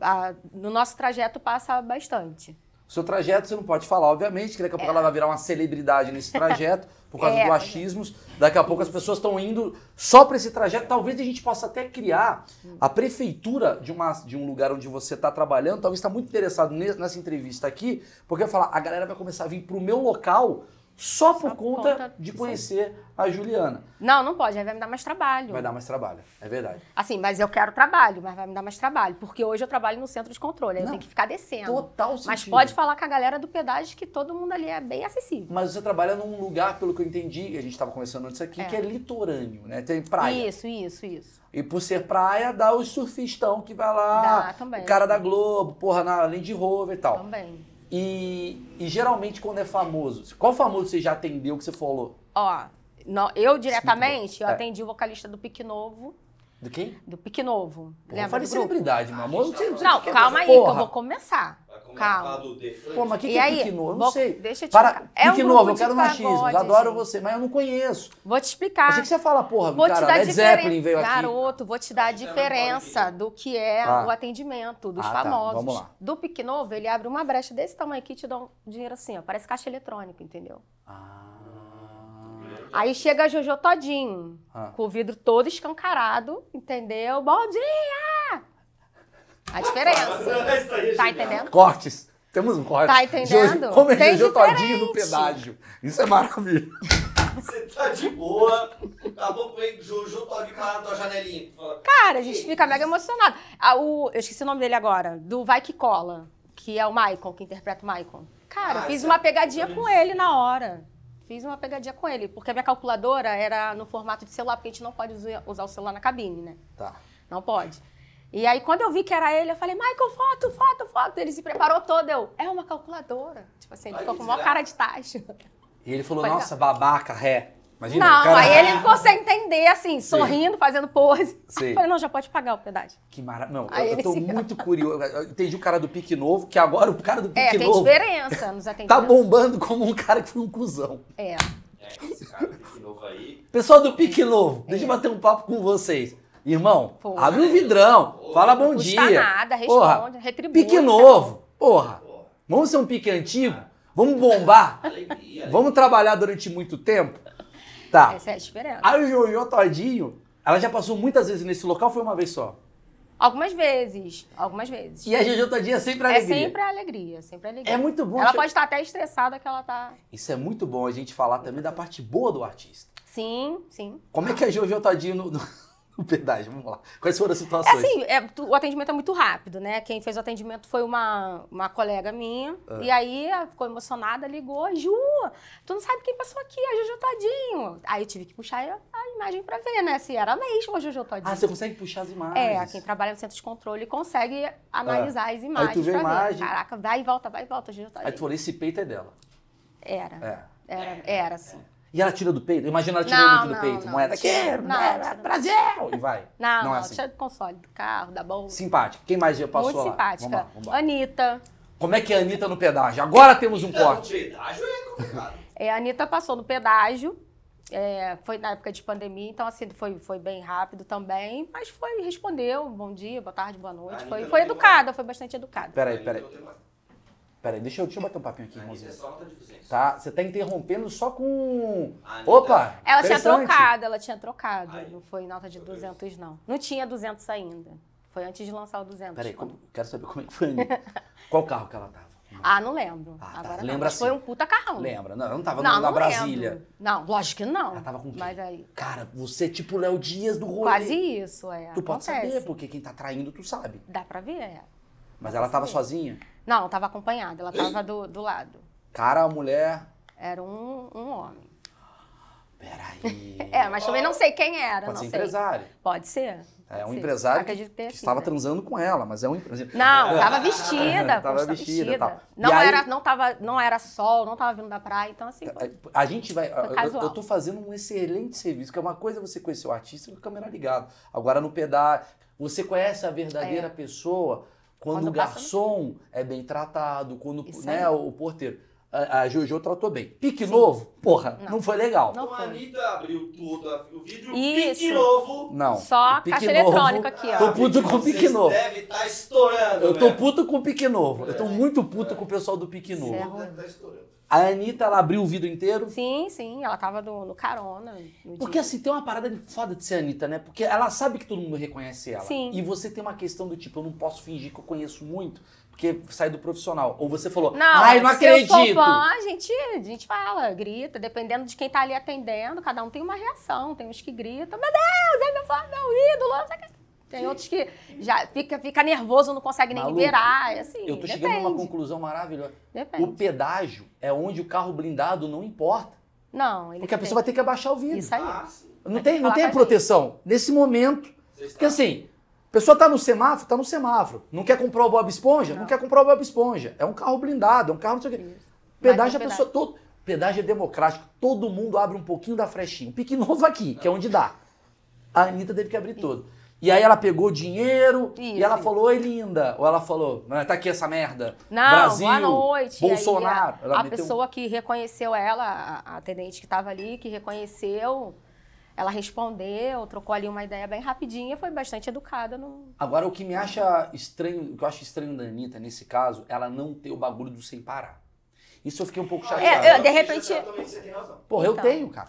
Speaker 1: Ah, no nosso trajeto passa bastante.
Speaker 2: Seu trajeto você não pode falar, obviamente, que daqui a pouco ela vai virar uma celebridade nesse trajeto, por causa
Speaker 1: É.
Speaker 2: do achismos. Daqui a pouco as pessoas estão indo só para esse trajeto. Talvez a gente possa até criar a prefeitura de, uma, de um lugar onde você está trabalhando, talvez está muito interessado ne- nessa entrevista aqui, porque vai falar, a galera vai começar a vir para o meu local só por
Speaker 1: por
Speaker 2: conta,
Speaker 1: conta
Speaker 2: de
Speaker 1: disso
Speaker 2: conhecer a Juliana.
Speaker 1: Não, não pode, aí vai me dar mais trabalho.
Speaker 2: Vai dar mais trabalho, é verdade.
Speaker 1: Assim, mas eu quero trabalho, mas vai me dar mais trabalho. Porque hoje eu trabalho no centro de controle, aí eu
Speaker 2: Não.
Speaker 1: tenho que ficar descendo.
Speaker 2: Total sentido.
Speaker 1: É. Mas pode falar com a galera do pedágio que todo mundo ali é bem acessível.
Speaker 2: Mas você trabalha num lugar, pelo que eu entendi, a gente estava conversando antes aqui,
Speaker 1: É.
Speaker 2: que é litorâneo, né? Tem praia.
Speaker 1: Isso, isso, isso.
Speaker 2: E por ser praia, dá os surfistão que vai lá.
Speaker 1: Dá, também.
Speaker 2: O cara da Globo, porra, na Land Rover e tal.
Speaker 1: Também.
Speaker 2: E, e geralmente quando é famoso, qual famoso você já atendeu que você falou?
Speaker 1: Ó, no- eu diretamente, eu
Speaker 2: É.
Speaker 1: atendi o vocalista do Pique Novo.
Speaker 2: Do quem?
Speaker 1: Do Pique Novo.
Speaker 2: Porra,
Speaker 1: Lembra
Speaker 2: fala
Speaker 1: do
Speaker 2: de
Speaker 1: grupo? Ah,
Speaker 2: celebridade, meu amor. Não, sei- não sei
Speaker 1: Não,
Speaker 2: o que é
Speaker 1: calma aí,
Speaker 2: coisa.
Speaker 1: que eu
Speaker 2: Porra.
Speaker 1: vou começar.
Speaker 3: Vai começar a
Speaker 1: Calma.
Speaker 3: falar do Defran.
Speaker 2: Pô, mas o que,
Speaker 1: E
Speaker 2: que
Speaker 1: aí,
Speaker 2: é Pique Novo? Eu não
Speaker 1: vou-
Speaker 2: sei.
Speaker 1: deixa eu te
Speaker 2: Para,
Speaker 1: explicar. É um
Speaker 2: Pique
Speaker 1: grupo
Speaker 2: Novo, eu
Speaker 1: de
Speaker 2: quero machismo,
Speaker 1: pagode,
Speaker 2: adoro
Speaker 1: gente.
Speaker 2: você, mas eu não conheço.
Speaker 1: Vou te
Speaker 2: Achei
Speaker 1: explicar.
Speaker 2: que você ia falar, porra,
Speaker 1: Vou te
Speaker 2: cara,
Speaker 1: dar
Speaker 2: Led Zeppelin
Speaker 1: diferença.
Speaker 2: veio aqui.
Speaker 1: Garoto, vou te dar a
Speaker 3: Acho que ela não pode
Speaker 1: diferença
Speaker 3: pedir.
Speaker 1: do que é
Speaker 2: Ah.
Speaker 1: o atendimento dos
Speaker 2: Ah, tá.
Speaker 1: famosos.
Speaker 2: Vamos lá.
Speaker 1: Do Pique Novo, ele abre uma brecha desse tamanho aqui e te dá um dinheiro assim, ó. Parece caixa eletrônico, entendeu?
Speaker 2: Ah,
Speaker 1: Aí chega a Jojo Todinho,
Speaker 2: Ah.
Speaker 1: com o vidro todo escancarado, entendeu? Bom dia! A diferença.
Speaker 3: Isso aí é
Speaker 1: Tá
Speaker 3: genial.
Speaker 1: entendendo?
Speaker 2: Cortes. Temos um corte.
Speaker 1: Tá entendendo?
Speaker 2: Jojo- Como é
Speaker 1: Tem
Speaker 2: Jojo Todinho no
Speaker 1: diferente.
Speaker 2: pedágio. Isso é maravilha.
Speaker 3: Você tá de boa. Tá bom vem Jojo, tá de parado na tua janelinha. Tu fala,
Speaker 1: Cara, a gente fica mega emocionado. Ah, o, eu esqueci o nome dele agora, do Vai Que Cola, que é o Maicon, que interpreta o Maicon. Cara,
Speaker 3: Ah,
Speaker 1: eu fiz
Speaker 3: isso é
Speaker 1: uma pegadinha
Speaker 3: isso.
Speaker 1: com ele na hora. Fiz uma pegadinha com ele, porque a minha calculadora era no formato de celular, porque a gente não pode usa- usar o celular na cabine, né?
Speaker 2: Tá.
Speaker 1: Não pode. E aí, quando eu vi que era ele, eu falei, Michael, foto, foto, foto. Ele se preparou todo. Eu, é uma calculadora. Tipo assim, ele
Speaker 3: Ai,
Speaker 1: ficou
Speaker 3: que
Speaker 1: com a maior
Speaker 3: desgraça.
Speaker 1: cara de tacho.
Speaker 2: E ele falou,
Speaker 1: Foi legal.
Speaker 2: nossa, babaca, ré. Imagina,
Speaker 1: não,
Speaker 2: o cara-
Speaker 1: aí ele ficou sem entender, assim, sorrindo, fazendo pose.
Speaker 2: Sim.
Speaker 1: Eu falei, não, já pode pagar o pedágio.
Speaker 2: Que maravilha. Não,
Speaker 1: Aí
Speaker 2: eu, eu
Speaker 1: ele
Speaker 2: tô
Speaker 1: se-
Speaker 2: muito curioso. Eu entendi o cara do Pique Novo, que agora o cara do
Speaker 1: É,
Speaker 2: Pique
Speaker 1: tem
Speaker 2: Novo
Speaker 1: diferença nos
Speaker 2: tá
Speaker 1: atendimentos.
Speaker 2: bombando como um cara que foi um cuzão.
Speaker 1: É.
Speaker 3: É, esse cara de novo aí.
Speaker 2: Pessoal do Pique Novo, deixa eu
Speaker 1: É.
Speaker 2: bater um papo com vocês. Irmão,
Speaker 1: Pô.
Speaker 2: abre o vidrão, fala bom
Speaker 1: não custa
Speaker 2: dia.
Speaker 1: nada, responde,
Speaker 2: Porra,
Speaker 1: retribui.
Speaker 2: Pique
Speaker 1: sabe?
Speaker 2: Novo, porra.
Speaker 3: Pô,
Speaker 2: Vamos ser um pique antigo? Vamos bombar?
Speaker 3: alegria.
Speaker 2: Vamos trabalhar durante muito tempo? Tá.
Speaker 1: Essa é a diferença.
Speaker 2: A Jojo Todinho, ela já passou muitas vezes nesse local, foi uma vez só.
Speaker 1: Algumas vezes, algumas vezes.
Speaker 2: E a Jojo Todinho é sempre
Speaker 1: é
Speaker 2: alegria.
Speaker 1: sempre a alegria, sempre a alegria.
Speaker 2: É muito bom.
Speaker 1: ela
Speaker 2: che-
Speaker 1: pode estar até estressada que ela tá...
Speaker 2: Isso é muito bom a gente falar também da parte boa do artista.
Speaker 1: Sim, sim.
Speaker 2: Como é que a Jojo Todinho no, no- Verdade, vamos lá. Quais foram as
Speaker 1: É
Speaker 2: situações?
Speaker 1: assim, é, tu- o atendimento é muito rápido, né? Quem fez o atendimento foi uma, uma colega minha.
Speaker 2: Ah.
Speaker 1: E aí ela ficou emocionada, ligou, Ju, tu não sabe quem passou aqui, a Juju Todinho. Aí eu tive que puxar a, a imagem pra ver, né? Se era mesmo a Juju Todinho.
Speaker 2: Ah, você consegue puxar as imagens.
Speaker 1: É, quem trabalha no centro de controle consegue analisar as imagens
Speaker 2: Ah. Aí tu vê
Speaker 1: pra
Speaker 2: a imagem.
Speaker 1: ver. Caraca, vai e volta, vai e volta, Juju
Speaker 2: Aí
Speaker 1: Todinho.
Speaker 2: tu falou, esse peito é dela.
Speaker 1: Era,
Speaker 2: É.
Speaker 1: era, era assim.
Speaker 2: E ela tira do peito? Imagina ela
Speaker 1: Não,
Speaker 2: tirando aqui do
Speaker 1: não,
Speaker 2: peito.
Speaker 1: não.
Speaker 2: Moeda aqui,
Speaker 1: Não,
Speaker 2: moeda,
Speaker 1: tira-
Speaker 2: Brasil! E vai.
Speaker 1: Não,
Speaker 2: Não
Speaker 1: não,
Speaker 2: é assim.
Speaker 1: tira do console, do carro, da bolsa.
Speaker 2: Simpática. Quem mais já passou
Speaker 1: Muito
Speaker 2: lá?
Speaker 1: simpática.
Speaker 2: Vamos lá, vamos lá.
Speaker 1: Anitta.
Speaker 2: Como é que é a Anitta no pedágio? Agora temos um
Speaker 3: Então,
Speaker 2: corte.
Speaker 3: pedágio é complicado.
Speaker 1: É, a Anitta passou no pedágio, é, foi na época de pandemia, então assim, foi, foi bem rápido também, mas foi, respondeu, bom dia, boa tarde, boa
Speaker 3: A
Speaker 1: noite,
Speaker 3: Anitta
Speaker 1: foi,
Speaker 3: não
Speaker 1: foi
Speaker 3: tem
Speaker 1: educada, foi bastante educada.
Speaker 2: Peraí, peraí,
Speaker 3: Não tem mais.
Speaker 2: peraí. Deixa eu, deixa eu bater um papinho aqui,
Speaker 3: A Anitta é
Speaker 2: irmãozinho.
Speaker 3: só nota de 200.
Speaker 2: Tá? Você tá interrompendo só com.
Speaker 3: A Anitta-
Speaker 2: Opa!
Speaker 1: Ela tinha
Speaker 2: interessante.
Speaker 1: trocado, ela tinha trocado,
Speaker 3: Aí.
Speaker 1: não foi nota de
Speaker 3: Meu Deus.
Speaker 1: 200 não. Não tinha 200 ainda, foi antes de lançar o 200.
Speaker 2: Peraí, como- quero saber como é que foi a Anitta. Qual carro que ela tava?
Speaker 1: Ah, não lembro,
Speaker 2: Ah, tá.
Speaker 1: agora não,
Speaker 2: Lembra
Speaker 1: mas foi
Speaker 2: assim.
Speaker 1: um puta carrão.
Speaker 2: Lembra? Não, ela não tava
Speaker 1: Não,
Speaker 2: no, na
Speaker 1: não
Speaker 2: Brasília.
Speaker 1: lembro. Não, lógico que não.
Speaker 2: Ela tava com quem?
Speaker 1: Mas aí,
Speaker 2: Cara, você é tipo Léo Dias do rolê.
Speaker 1: quase isso, é,
Speaker 2: Tu pode
Speaker 1: acontece.
Speaker 2: saber, porque quem tá traindo, tu sabe.
Speaker 1: Dá pra ver, é.
Speaker 2: Mas ela tava
Speaker 1: saber.
Speaker 2: sozinha.
Speaker 1: Não, tava acompanhada, ela tava do, do lado.
Speaker 2: Cara, a mulher.
Speaker 1: Era um, um homem.
Speaker 2: Peraí.
Speaker 1: É, mas também não sei quem era,
Speaker 2: Pode
Speaker 1: não
Speaker 2: ser
Speaker 1: sei.
Speaker 2: empresário.
Speaker 1: Pode ser.
Speaker 2: É
Speaker 1: pode
Speaker 2: um
Speaker 1: ser.
Speaker 2: empresário que,
Speaker 1: Acredito ter
Speaker 2: que
Speaker 1: sido,
Speaker 2: estava
Speaker 1: né?
Speaker 2: transando com ela, mas é um empresário.
Speaker 1: Não, tava vestida.
Speaker 2: Tava
Speaker 1: poxa,
Speaker 2: vestida, tal.
Speaker 1: Não
Speaker 2: E aí-
Speaker 1: era, não tava, não era sol, não tava vindo da praia, então assim. foi-
Speaker 2: A gente vai. Eu,
Speaker 1: casual.
Speaker 2: eu tô fazendo um excelente serviço, que é uma coisa você conhecer o artista com a câmera ligada. Agora no pedágio. Você conhece a verdadeira pessoa
Speaker 1: É.
Speaker 2: quando,
Speaker 1: Quando
Speaker 2: o
Speaker 1: passa no-
Speaker 2: garçom é bem tratado, quando
Speaker 1: Isso
Speaker 2: né,
Speaker 1: aí.
Speaker 2: o, o porteiro. A, a Jojo tratou bem. Pique
Speaker 1: Sim.
Speaker 2: novo? Porra, não,
Speaker 1: Não.
Speaker 2: foi legal.
Speaker 1: Não
Speaker 3: Então a
Speaker 1: foi.
Speaker 3: Anitta abriu tudo, a- o vídeo
Speaker 1: Isso.
Speaker 3: pique novo.
Speaker 2: Não.
Speaker 1: Só
Speaker 2: então, O pique
Speaker 1: caixa
Speaker 2: novo-
Speaker 1: eletrônica aqui, ó.
Speaker 2: Tô puto com o
Speaker 3: Vocês
Speaker 2: pique novo.
Speaker 3: Deve estar estourando.
Speaker 2: Eu tô
Speaker 3: velho.
Speaker 2: puto com o Pique Novo. Eu tô
Speaker 3: É.
Speaker 2: muito puto com o pessoal do Pique Novo.
Speaker 1: Certo.
Speaker 3: Deve tá estourando.
Speaker 2: A Anitta, ela abriu o vidro inteiro.
Speaker 1: Sim, sim, ela tava no, no carona. no
Speaker 2: Porque
Speaker 1: dia.
Speaker 2: assim, tem uma parada de foda de ser a Anitta, né? Porque ela sabe que todo mundo reconhece ela.
Speaker 1: Sim.
Speaker 2: E você tem uma questão do tipo, eu não posso fingir que eu conheço muito, porque sai do profissional. Ou você falou,
Speaker 1: Não,
Speaker 2: ai, não
Speaker 1: se
Speaker 2: acredito.
Speaker 1: eu sou fã, a gente, a gente fala, grita, dependendo de quem tá ali atendendo, cada um tem uma reação. Tem uns que gritam, meu Deus, é meu fã, meu ídolo, não sei o que. Tem outros que já fica, fica nervoso, não consegue nem
Speaker 2: Maluco.
Speaker 1: liberar. É assim,
Speaker 2: eu tô
Speaker 1: depende,
Speaker 2: chegando a uma conclusão maravilhosa.
Speaker 1: Depende.
Speaker 2: O pedágio é onde o carro blindado não importa.
Speaker 1: Não, ele
Speaker 2: Porque a
Speaker 1: tem.
Speaker 2: pessoa vai ter que abaixar o vidro.
Speaker 1: Isso Tá aí.
Speaker 3: Ah, sim.
Speaker 2: Não tem, não
Speaker 1: Falar
Speaker 2: tem
Speaker 1: com
Speaker 2: a
Speaker 1: a
Speaker 2: proteção. Nesse momento,
Speaker 3: Vocês
Speaker 2: Porque assim, a pessoa tá no semáforo, tá no semáforo. Não quer comprar o Bob Esponja? Não,
Speaker 1: Não.
Speaker 2: quer comprar o Bob Esponja. É um carro blindado, é um carro não sei o quê.
Speaker 1: Isso.
Speaker 2: Pedágio, a
Speaker 1: Vai pro
Speaker 2: pessoa. Todo, pedágio é democrático. Todo mundo abre um pouquinho da frechinha. Um pique novo aqui, que é onde dá. A Anitta teve que abrir todo. E aí ela pegou o dinheiro e
Speaker 1: Isso,
Speaker 2: ela
Speaker 1: isso.
Speaker 2: falou, oi linda. Ou ela falou, "Ah, tá aqui essa merda.
Speaker 1: Não,
Speaker 2: Brasil,
Speaker 1: boa noite. E aí,
Speaker 2: Bolsonaro.
Speaker 1: a-
Speaker 2: Ela
Speaker 1: a
Speaker 2: meteu um-
Speaker 1: pessoa que reconheceu ela, a, a atendente que estava ali, que reconheceu, ela respondeu, trocou ali uma ideia bem rapidinha, foi bastante educada. No...
Speaker 2: Agora, o que me acha estranho, o que eu acho estranho da Anitta nesse caso, ela não ter o bagulho do sem parar. Isso eu fiquei um pouco
Speaker 3: Ah,
Speaker 2: chateado.
Speaker 1: É, eu- de
Speaker 3: realmente,
Speaker 1: repente-
Speaker 3: exatamente, você tem razão.
Speaker 2: Porra, eu
Speaker 1: Então.
Speaker 2: tenho, cara.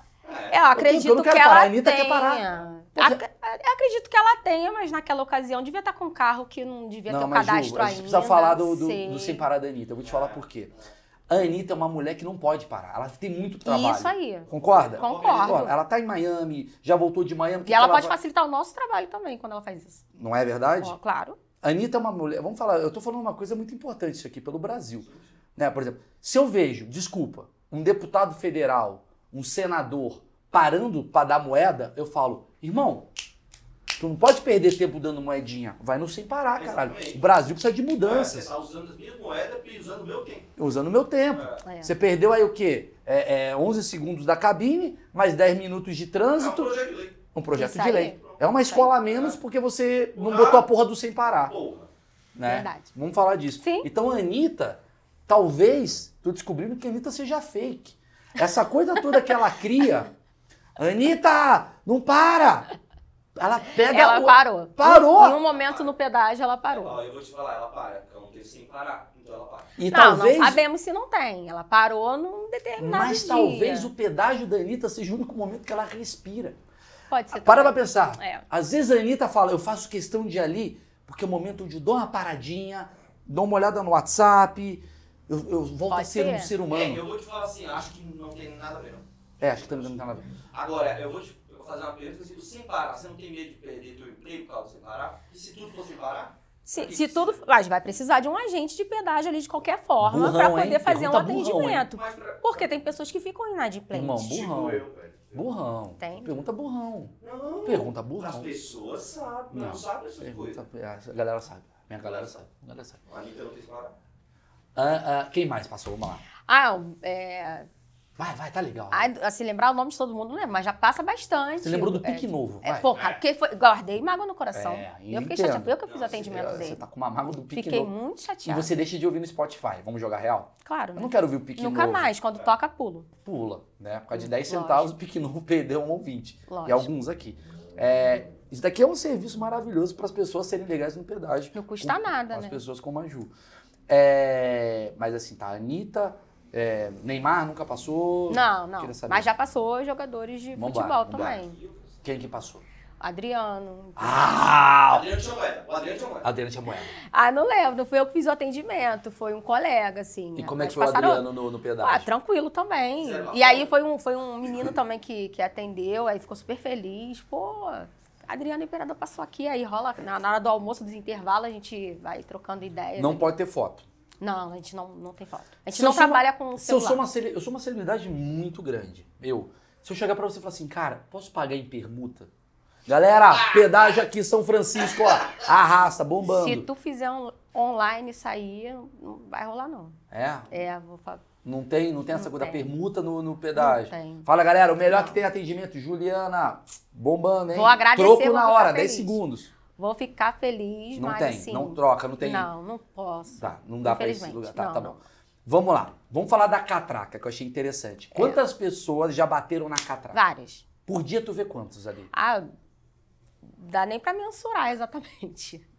Speaker 3: É.
Speaker 1: Eu acredito
Speaker 2: eu não quero
Speaker 1: que
Speaker 2: parar,
Speaker 1: ela
Speaker 2: a Anitta quer
Speaker 1: tenha.
Speaker 2: parar. Pois
Speaker 1: Ac- eu acredito que ela tenha, mas naquela ocasião devia estar com um carro que não devia ter
Speaker 2: Não,
Speaker 1: o
Speaker 2: mas Ju, a
Speaker 1: cadastro
Speaker 2: gente
Speaker 1: ainda.
Speaker 2: precisa falar do, do,
Speaker 1: sei.
Speaker 2: do Sem Parar da Anitta. Eu vou te falar por quê. A Anitta é uma mulher que não pode parar. Ela tem muito trabalho.
Speaker 1: Isso aí.
Speaker 2: Concorda?
Speaker 1: Concordo.
Speaker 2: Concorda. Ela tá em Miami, já voltou de Miami. O que
Speaker 1: E ela
Speaker 2: que
Speaker 1: pode
Speaker 2: vai-
Speaker 1: facilitar o nosso trabalho também quando ela faz isso.
Speaker 2: Não é verdade?
Speaker 1: Ó, claro.
Speaker 2: A Anitta é uma mulher... Vamos falar, eu tô falando uma coisa muito importante isso aqui pelo
Speaker 1: É.
Speaker 2: Brasil. Né? Por exemplo, se eu vejo, desculpa, um deputado federal, um senador parando pra dar moeda, eu falo, irmão... Tu não pode perder tempo dando moedinha. Vai no sem parar, caralho.
Speaker 3: Exatamente.
Speaker 2: O Brasil precisa de
Speaker 3: Você
Speaker 2: mudanças.
Speaker 3: tá usando as minhas moedas e usando o meu quem?
Speaker 2: usando o meu tempo.
Speaker 1: É.
Speaker 2: Você perdeu aí o quê? É, é, 11 segundos da cabine, mais 10 minutos de
Speaker 3: É um
Speaker 2: trânsito,
Speaker 3: projeto de lei.
Speaker 2: um projeto
Speaker 1: Isso
Speaker 2: de
Speaker 1: aí.
Speaker 2: lei. É uma
Speaker 1: Isso
Speaker 2: escola a menos porque você não
Speaker 3: Ah.
Speaker 2: botou a porra do sem
Speaker 1: Tá.
Speaker 2: parar.
Speaker 3: Porra.
Speaker 2: Né?
Speaker 1: Verdade.
Speaker 2: Vamos falar disso.
Speaker 1: Sim.
Speaker 2: Então, a Anitta, talvez, tô descobrindo que a Anitta seja fake. Essa coisa toda que ela cria, Anitta, não para! Ela pega
Speaker 1: Ela
Speaker 2: É, o...
Speaker 1: parou.
Speaker 2: Parou!
Speaker 1: Em um momento no pedágio ela parou.
Speaker 3: Ó, eu vou te falar, ela para, porque ela não teve sem parar, então ela para.
Speaker 2: E
Speaker 1: não,
Speaker 2: talvez...
Speaker 1: não sabemos se não tem. Ela parou num determinado
Speaker 2: mas
Speaker 1: dia.
Speaker 2: talvez o pedágio da Anitta seja o único momento que ela respira.
Speaker 1: Pode ser.
Speaker 2: Para pra
Speaker 1: também.
Speaker 2: pensar.
Speaker 1: É.
Speaker 2: Às vezes a Anitta fala, eu faço questão de ir ali, porque é o momento onde eu dou uma paradinha, dou uma olhada no WhatsApp, eu, eu volto
Speaker 1: Pode
Speaker 2: a ser, um
Speaker 1: ser.
Speaker 2: ser
Speaker 3: É,
Speaker 2: humano.
Speaker 3: eu vou te falar assim, acho que não tem nada a ver, não.
Speaker 2: É, acho que também não tem nada a ver.
Speaker 3: Agora, eu vou te eu fazer uma pergunta, assim, o sem parar, você não tem medo de perder teu emprego por causa do sem parar? E se tudo fosse sem parar?
Speaker 1: Se, se tudo. Mas vai precisar de um agente de pedágio ali de qualquer forma para
Speaker 2: Burrão, hein?
Speaker 1: poder fazer um
Speaker 2: Pergunta burrão, hein?
Speaker 1: atendimento.
Speaker 3: Mas pra...
Speaker 1: Porque tem pessoas que ficam inadimplentes.
Speaker 2: Irmão, burrão.
Speaker 3: Tipo eu, velho.
Speaker 2: Burrão.
Speaker 1: Tem.
Speaker 2: Pergunta burrão.
Speaker 3: Não.
Speaker 2: Pergunta
Speaker 3: As
Speaker 2: burrão.
Speaker 3: pessoas sabem, não,
Speaker 2: Não.
Speaker 3: sabem essas
Speaker 2: Pergunta,
Speaker 3: coisas.
Speaker 2: a galera sabe. Minha galera sabe. A galera sabe.
Speaker 3: A Anitta não tem um sem parar.
Speaker 2: Ah, ah, quem mais passou? Vamos lá.
Speaker 1: Ah, é,
Speaker 2: Vai, vai, tá legal.
Speaker 1: ai, a se lembrar o nome de todo mundo, não lembro, mas já passa bastante.
Speaker 2: Você lembrou do
Speaker 1: É,
Speaker 2: Pique Novo,
Speaker 1: É,
Speaker 2: vai.
Speaker 1: pô, cara, porque foi, guardei mágoa no coração.
Speaker 2: É,
Speaker 1: eu fiquei
Speaker 2: entendo.
Speaker 1: chateada. Foi eu que fiz o
Speaker 3: Não,
Speaker 1: atendimento
Speaker 2: você,
Speaker 1: dele.
Speaker 2: tá com uma mágoa do Pique
Speaker 1: Fiquei
Speaker 2: Novo.
Speaker 1: muito
Speaker 2: E
Speaker 1: chateada.
Speaker 2: você deixa de ouvir no Spotify. Vamos jogar real?
Speaker 1: Claro,
Speaker 2: Eu
Speaker 1: né?
Speaker 2: não quero ouvir o Pique
Speaker 1: Nunca
Speaker 2: Novo.
Speaker 1: mais. Quando toca, pulo.
Speaker 2: Pula, né? Por causa de 10 centavos, o Pique Novo perdeu um ouvinte. E
Speaker 1: Lógico.
Speaker 2: alguns aqui. É, isso daqui é um serviço maravilhoso para as pessoas serem legais no pedágio.
Speaker 1: Não custa
Speaker 2: Com-
Speaker 1: nada,
Speaker 2: com As
Speaker 1: né?
Speaker 2: pessoas como a Ju. É, mas assim, tá, a Anitta, é, Neymar nunca passou.
Speaker 1: Não, não.
Speaker 2: Queria saber.
Speaker 1: Mas já passou jogadores de
Speaker 2: Vambora,
Speaker 1: futebol
Speaker 2: vambora.
Speaker 1: também.
Speaker 2: Quem que passou?
Speaker 1: Adriano.
Speaker 2: Ah!
Speaker 3: Adriano tinha moeda. O Adriano tinha moeda.
Speaker 2: Adriano tinha moeda.
Speaker 1: Ah, não lembro. Não fui eu que fiz o atendimento. Foi um colega, assim.
Speaker 2: E como é que
Speaker 1: Mas
Speaker 2: foi o
Speaker 1: passaram-
Speaker 2: Adriano no, no
Speaker 1: Ah,
Speaker 2: pedágio?
Speaker 1: tranquilo também.
Speaker 3: Zero
Speaker 1: E aí
Speaker 3: bala.
Speaker 1: foi um, foi um menino também que, que atendeu, aí ficou super feliz. Pô, Adriano Imperador passou aqui, aí rola na, na hora do almoço, dos intervalos, a gente vai trocando ideias.
Speaker 2: Não pode ter foto.
Speaker 1: Não, a gente não, não tem foto. A gente
Speaker 2: Se eu
Speaker 1: não
Speaker 2: sou uma-
Speaker 1: trabalha com
Speaker 2: Se eu,
Speaker 1: celular.
Speaker 2: sou uma cele- eu sou uma celebridade muito grande. Eu. Se eu chegar pra você e falar assim, cara, posso pagar em permuta? Galera,
Speaker 1: Ah!
Speaker 2: pedágio aqui, São Francisco, ó. Arrasta, bombando.
Speaker 1: Se tu fizer um online sair, não vai rolar não.
Speaker 2: É?
Speaker 1: É, vou falar.
Speaker 2: Não tem, não tem essa
Speaker 1: Não
Speaker 2: coisa da
Speaker 1: tem.
Speaker 2: permuta no, no
Speaker 1: Não
Speaker 2: pedágio.
Speaker 1: tem.
Speaker 2: Fala, galera, o melhor
Speaker 1: Não.
Speaker 2: que tem é atendimento, Juliana. Bombando, hein?
Speaker 1: Vou agradecer,
Speaker 2: Troco
Speaker 1: vou
Speaker 2: na
Speaker 1: ficar
Speaker 2: hora,
Speaker 1: feliz.
Speaker 2: 10 segundos.
Speaker 1: Vou ficar feliz,
Speaker 2: Não
Speaker 1: mas
Speaker 2: tem,
Speaker 1: assim.
Speaker 2: não troca, não tem.
Speaker 1: Não, não posso.
Speaker 2: Tá, não dá pra esse
Speaker 1: Infelizmente,
Speaker 2: lugar. Tá,
Speaker 1: não,
Speaker 2: tá
Speaker 1: não. É.
Speaker 2: bom. Vamos lá. Vamos falar da catraca, que eu achei interessante. Quantas pessoas já bateram na catraca?
Speaker 1: Várias.
Speaker 2: Por dia tu vê quantos ali?
Speaker 1: Ah, dá nem pra mensurar exatamente.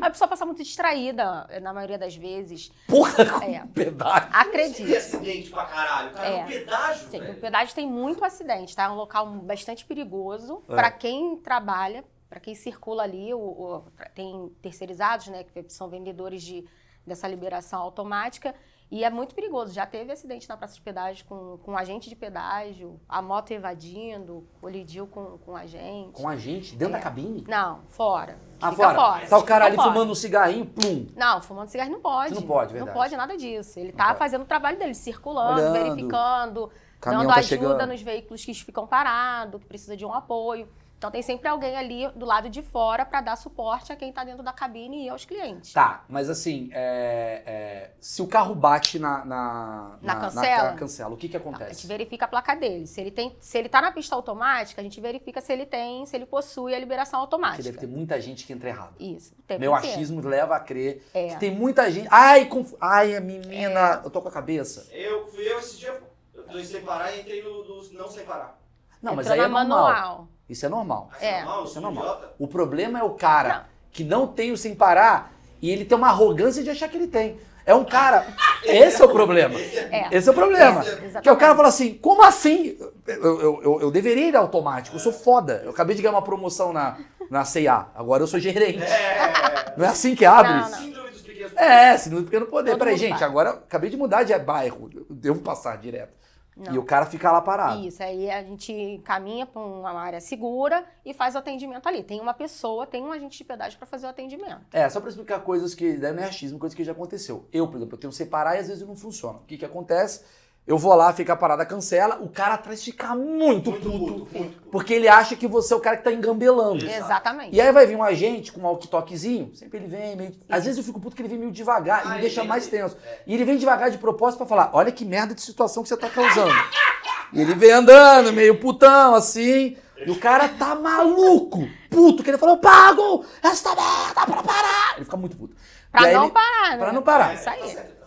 Speaker 1: A pessoa passa muito distraída, eh, na maioria das vezes.
Speaker 2: Porra, com
Speaker 1: É.
Speaker 2: pedágio.
Speaker 3: Que
Speaker 1: Acredito.
Speaker 3: acidente pra caralho. Cara,
Speaker 1: É.
Speaker 3: um pedágio,
Speaker 1: Sim,
Speaker 3: velho.
Speaker 1: o pedágio tem muito acidente, tá? É um local bastante perigoso
Speaker 2: É.
Speaker 1: pra quem trabalha, pra quem circula ali. o- o- tem terceirizados, né? Que são vendedores de, dessa liberação automática. E é muito perigoso. Já teve acidente na praça de pedágio com, com agente de pedágio, a moto evadindo, colidiu com, com agente.
Speaker 2: Com a gente, dentro
Speaker 1: É.
Speaker 2: da cabine?
Speaker 1: Não, fora.
Speaker 2: Ah,
Speaker 1: Fica
Speaker 2: fora. Tá o
Speaker 1: fica
Speaker 2: cara ali
Speaker 1: fora.
Speaker 2: fumando um cigarrinho, plum.
Speaker 1: Não, fumando cigarro não pode.
Speaker 2: Você não pode, verdade.
Speaker 1: Não pode nada disso. Ele
Speaker 2: Não
Speaker 1: tá
Speaker 2: pode.
Speaker 1: fazendo o trabalho dele, circulando,
Speaker 2: Olhando.
Speaker 1: verificando,
Speaker 2: Caminhão
Speaker 1: dando
Speaker 2: tá
Speaker 1: ajuda
Speaker 2: chegando.
Speaker 1: nos veículos que ficam parados, que precisa de um apoio. Então tem sempre alguém ali do lado de fora para dar suporte a quem tá dentro da cabine e aos clientes.
Speaker 2: Tá, mas assim, é, é, se o carro bate na, na,
Speaker 1: Na cancela? Tá,
Speaker 2: ca- cancela, o que que
Speaker 1: A gente
Speaker 2: acontece?
Speaker 1: verifica a placa dele. Se ele tem, se ele tá na pista automática, a gente verifica se ele tem, se ele possui a liberação
Speaker 2: Porque deve
Speaker 1: automática.
Speaker 2: ter muita gente que entra errado.
Speaker 1: Isso. o tempo
Speaker 2: Meu
Speaker 1: inteiro.
Speaker 2: achismo leva a crer
Speaker 1: É.
Speaker 2: que tem muita gente. Ai, conf... Ai, a menina, eu tô com a cabeça.
Speaker 3: Eu fui eu esse dia, eu tô em sem parar e entrei no, no não sem parar.
Speaker 2: Não, mas
Speaker 1: Entrou
Speaker 2: aí
Speaker 1: na
Speaker 2: é normal.
Speaker 1: manual.
Speaker 2: Isso é normal.
Speaker 3: Aí
Speaker 1: É,
Speaker 3: normal, eu
Speaker 2: isso é
Speaker 3: sou um
Speaker 2: normal.
Speaker 3: idiota.
Speaker 2: O problema é o cara que não tem o sem parar e ele tem uma arrogância de achar que ele tem. É um cara. Esse é o problema.
Speaker 1: É.
Speaker 2: Esse é o problema.
Speaker 1: Exatamente.
Speaker 2: Que é o cara fala assim, como assim? Eu, eu, eu, eu deveria ir automático, eu sou foda. Eu acabei de ganhar uma promoção na, na C&A, agora eu sou gerente.
Speaker 3: É.
Speaker 2: Não é assim que abre?
Speaker 1: Não, não.
Speaker 3: Síndrome dos pequenos.
Speaker 2: É, se não pequeno poder.
Speaker 1: Todo
Speaker 2: Peraí,
Speaker 1: mundo
Speaker 2: gente,
Speaker 1: vai.
Speaker 2: agora eu acabei de mudar de bairro, eu devo passar direto.
Speaker 1: Não.
Speaker 2: E o cara fica lá parado.
Speaker 1: Isso, aí a gente caminha para uma área segura e faz o atendimento ali. Tem uma pessoa, tem um agente de pedágio para fazer o atendimento.
Speaker 2: É, só pra explicar coisas que daí não é achismo, coisas que já aconteceu. Eu, por exemplo, eu tenho separar e às vezes não funciona. O que que acontece? Eu vou lá, fica a parada, cancela, o cara atrás fica muito,
Speaker 3: Muito
Speaker 2: puto,
Speaker 3: puto, muito puto.
Speaker 2: porque ele acha que você é o cara que tá engambelando.
Speaker 3: Exato.
Speaker 1: Exatamente.
Speaker 2: E aí vai vir um agente com um walkie-talkiezinho, sempre ele vem meio... Às vezes eu fico puto que ele vem meio devagar e
Speaker 3: Ah,
Speaker 2: me
Speaker 3: ele
Speaker 2: deixa
Speaker 3: vem
Speaker 2: mais
Speaker 3: assim.
Speaker 2: tenso.
Speaker 3: É.
Speaker 2: E ele vem devagar de propósito pra falar, olha que merda de situação que você tá causando. E ele vem andando, meio putão, assim. E o cara tá maluco, puto, que ele falou, pago esta merda pra parar. Ele fica muito puto. E
Speaker 1: Pra
Speaker 2: aí
Speaker 1: não
Speaker 2: ele-
Speaker 1: parar, né?
Speaker 2: pra não parar.
Speaker 1: É, Isso
Speaker 3: Tá
Speaker 1: aí.
Speaker 3: certo, tá certo.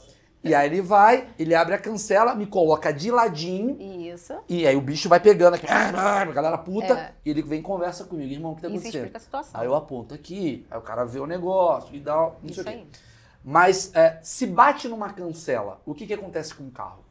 Speaker 2: E aí ele vai, ele abre a cancela, me coloca de ladinho.
Speaker 1: Isso.
Speaker 2: E aí o bicho vai pegando aqui, a galera puta.
Speaker 1: É.
Speaker 2: E ele vem e conversa comigo, irmão, o que tá
Speaker 1: Isso é
Speaker 2: acontecendo?
Speaker 1: explica a situação.
Speaker 2: Aí eu aponto aqui, aí o cara vê o negócio e dá. um, Não sei o
Speaker 1: Isso
Speaker 2: quê.
Speaker 1: aí.
Speaker 2: Mas é, se bate numa cancela, o que, que acontece com o carro?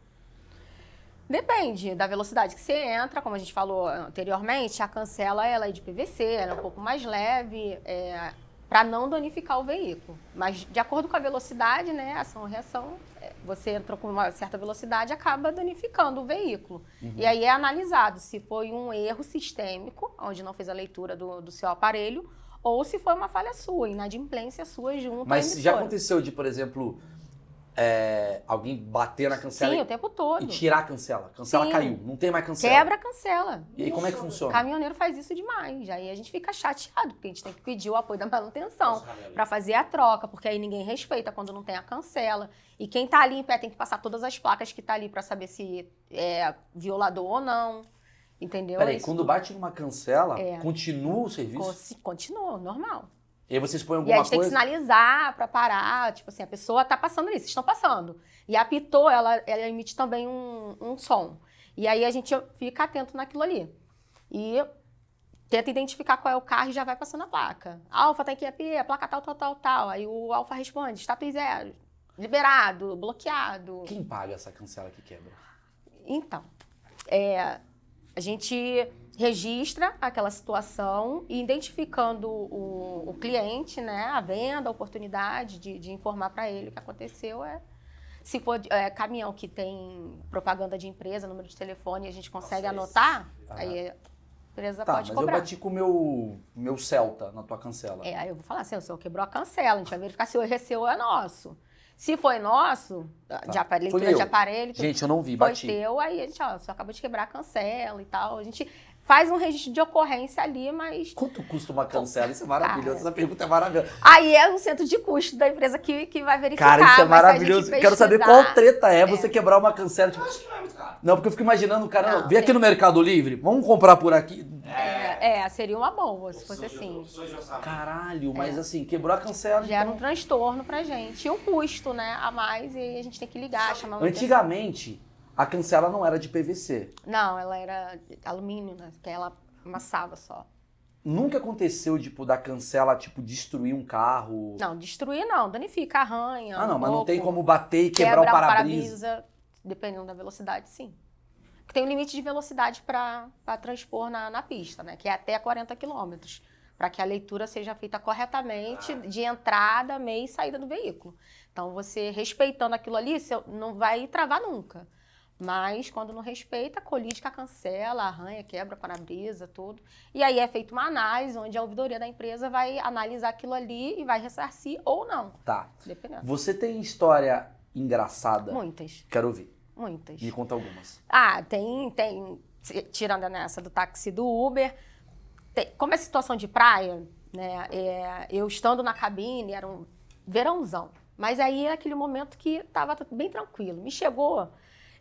Speaker 1: Depende da velocidade que você entra, como a gente falou anteriormente, a cancela ela é de PVC, ela é um pouco mais leve. É, para não danificar o veículo. Mas de acordo com a velocidade, né, ação ou reação, é, você entra com uma certa velocidade, acaba danificando o veículo.
Speaker 2: Uhum.
Speaker 1: E aí é analisado se foi um erro sistêmico, onde não fez a leitura do, do seu aparelho, ou se foi uma falha sua, inadimplência sua junto à
Speaker 2: Mas
Speaker 1: emissora.
Speaker 2: já aconteceu de, por exemplo, é, alguém bater na cancela
Speaker 1: Sim, o
Speaker 2: e,
Speaker 1: tempo todo.
Speaker 2: e tirar a cancela. Cancela
Speaker 1: Sim.
Speaker 2: caiu, não tem mais cancela.
Speaker 1: Quebra, cancela.
Speaker 2: E aí como é que funciona?
Speaker 1: Caminhoneiro faz isso demais. Aí a gente fica chateado, porque a gente tem que pedir o apoio da manutenção.
Speaker 3: Nossa, Canela.
Speaker 1: Então, Pra fazer a troca, porque aí ninguém respeita quando não tem a cancela. E quem tá ali em pé tem que passar todas as placas que tá ali pra saber se é violador ou não. Entendeu? É
Speaker 2: Peraí,
Speaker 1: Isso
Speaker 2: quando bate numa cancela,
Speaker 1: É.
Speaker 2: continua o serviço?
Speaker 1: con- Continua, normal.
Speaker 2: E aí vocês põem
Speaker 1: E a
Speaker 2: alguma
Speaker 1: gente tem que
Speaker 2: coisa?
Speaker 1: sinalizar pra parar, tipo assim, a pessoa tá passando ali, vocês estão passando. E apitou, ela, ela emite também um, um som. E aí a gente fica atento naquilo ali. E tenta identificar qual é o carro e já vai passando a placa. Alfa tem que ir a pé, placa tal, tal, tal, tal. Aí o Alfa responde, status zero, liberado, bloqueado.
Speaker 2: Quem paga essa cancela que quebra?
Speaker 1: Então, é, a gente registra aquela situação e identificando o, o cliente, né, a venda, a oportunidade de, de informar para ele o que aconteceu é se for é, caminhão que tem propaganda de empresa, número de telefone, a gente consegue
Speaker 3: Nossa,
Speaker 1: anotar,
Speaker 2: Ah.
Speaker 1: aí a empresa
Speaker 2: Tá, mas
Speaker 1: pode
Speaker 2: eu
Speaker 1: cobrar.
Speaker 2: bati com o meu, meu Celta na tua cancela.
Speaker 1: É, aí eu vou falar assim, o senhor quebrou a cancela, a gente vai verificar se o receio é nosso. Se foi nosso, de aparelho,
Speaker 2: Tá. Foi
Speaker 1: leitura de
Speaker 2: meu.
Speaker 1: aparelho, tudo
Speaker 2: Gente, eu não vi,
Speaker 1: então foi
Speaker 2: bati.
Speaker 1: teu, aí a gente, ó, só acabou de quebrar, cancela e tal. A gente faz um registro de ocorrência ali, mas.
Speaker 2: Quanto custa uma cancela? Isso é maravilhoso.
Speaker 1: Cara.
Speaker 2: Essa pergunta é maravilhosa.
Speaker 1: Aí é o centro de custo da empresa que, que vai verificar.
Speaker 2: Cara, isso
Speaker 1: mas se a
Speaker 2: é
Speaker 1: gente
Speaker 2: maravilhoso. Quero saber
Speaker 1: pesquisar-
Speaker 2: qual treta é, você quebrar uma cancela.
Speaker 3: Eu
Speaker 2: Tipo,
Speaker 3: acho que não é muito caro.
Speaker 2: não, porque eu fico imaginando, cara,
Speaker 1: Não,
Speaker 2: vem aqui
Speaker 1: tem.
Speaker 2: no Mercado Livre, vamos comprar por aqui.
Speaker 1: É, é, seria uma boa, se fosse
Speaker 3: Opções de-
Speaker 1: assim.
Speaker 3: opções de orçamento.
Speaker 2: Caralho,
Speaker 1: É.
Speaker 2: mas assim, quebrou a cancela.
Speaker 1: Gera um
Speaker 2: então-
Speaker 1: transtorno pra gente. E um custo, né? A mais, e aí a gente tem que ligar, chamar uma
Speaker 2: Antigamente, a cancela não era de PVC.
Speaker 1: Não, ela era alumínio, né? Que ela amassava só.
Speaker 2: Nunca aconteceu, tipo, da cancela, tipo, destruir um carro.
Speaker 1: Não, destruir não, danifica, arranha.
Speaker 2: ah, não,
Speaker 1: um
Speaker 2: mas não tem
Speaker 1: pouco.
Speaker 2: como bater e quebrar
Speaker 1: quebra
Speaker 2: o para-brisa.
Speaker 1: dependendo da velocidade, sim. Tem um limite de velocidade para transpor na, na pista, né? Que é até 40 km, para que a leitura seja feita corretamente
Speaker 3: Ah.
Speaker 1: de entrada, meia e saída do veículo. Então, você respeitando aquilo ali, você não vai travar nunca. Mas, quando não respeita, colide com a cancela, arranha, quebra, para-brisa, tudo. E aí é feita uma análise, onde a ouvidoria da empresa vai analisar aquilo ali e vai ressarcir ou não,
Speaker 2: Tá.
Speaker 1: dependendo.
Speaker 2: Você tem história engraçada?
Speaker 1: Muitas,
Speaker 2: Quero ouvir.
Speaker 1: muitas.
Speaker 2: Me conta algumas.
Speaker 1: Ah, tem, tem, t- tirando nessa do táxi e do Uber, tem- como é situação de praia, né, é, eu estando na cabine, era um verãozão, mas aí era aquele momento que estava bem tranquilo, me chegou,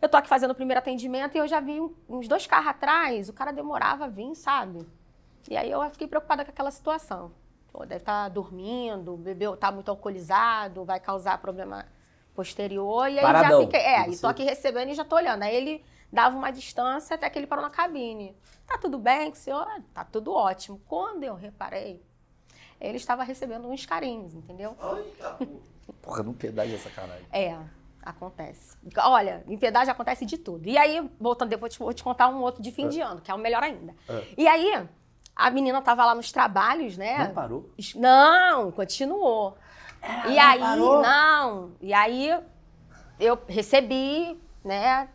Speaker 1: eu tô aqui fazendo o primeiro atendimento e eu já vi um- uns dois carros atrás, o cara demorava a vir, sabe? E aí eu fiquei preocupada com aquela situação. Pô, deve estar dormindo, bebeu, tá muito alcoolizado, vai causar problema posterior. E aí
Speaker 2: Paradão.
Speaker 1: já fiquei. É,
Speaker 2: E
Speaker 1: e
Speaker 2: você-
Speaker 1: tô aqui recebendo e já tô olhando. Aí ele dava uma distância até que ele parou na cabine. Tá tudo bem, com o senhor? "Ah, Tá tudo ótimo. Quando eu reparei, ele estava recebendo uns carinhos, entendeu?
Speaker 3: Ai, tá bom.
Speaker 2: Porra, não pedaço essa caralho.
Speaker 1: É, acontece. Olha, em piedade acontece de tudo. E aí, voltando depois, vou te contar um outro de fim de ano, que é o melhor ainda.
Speaker 2: É.
Speaker 1: E aí, a menina tava lá nos trabalhos, né?
Speaker 2: Não parou?
Speaker 1: Es- Não, continuou. e aí,
Speaker 2: parou?
Speaker 1: não. E aí, eu recebi, né?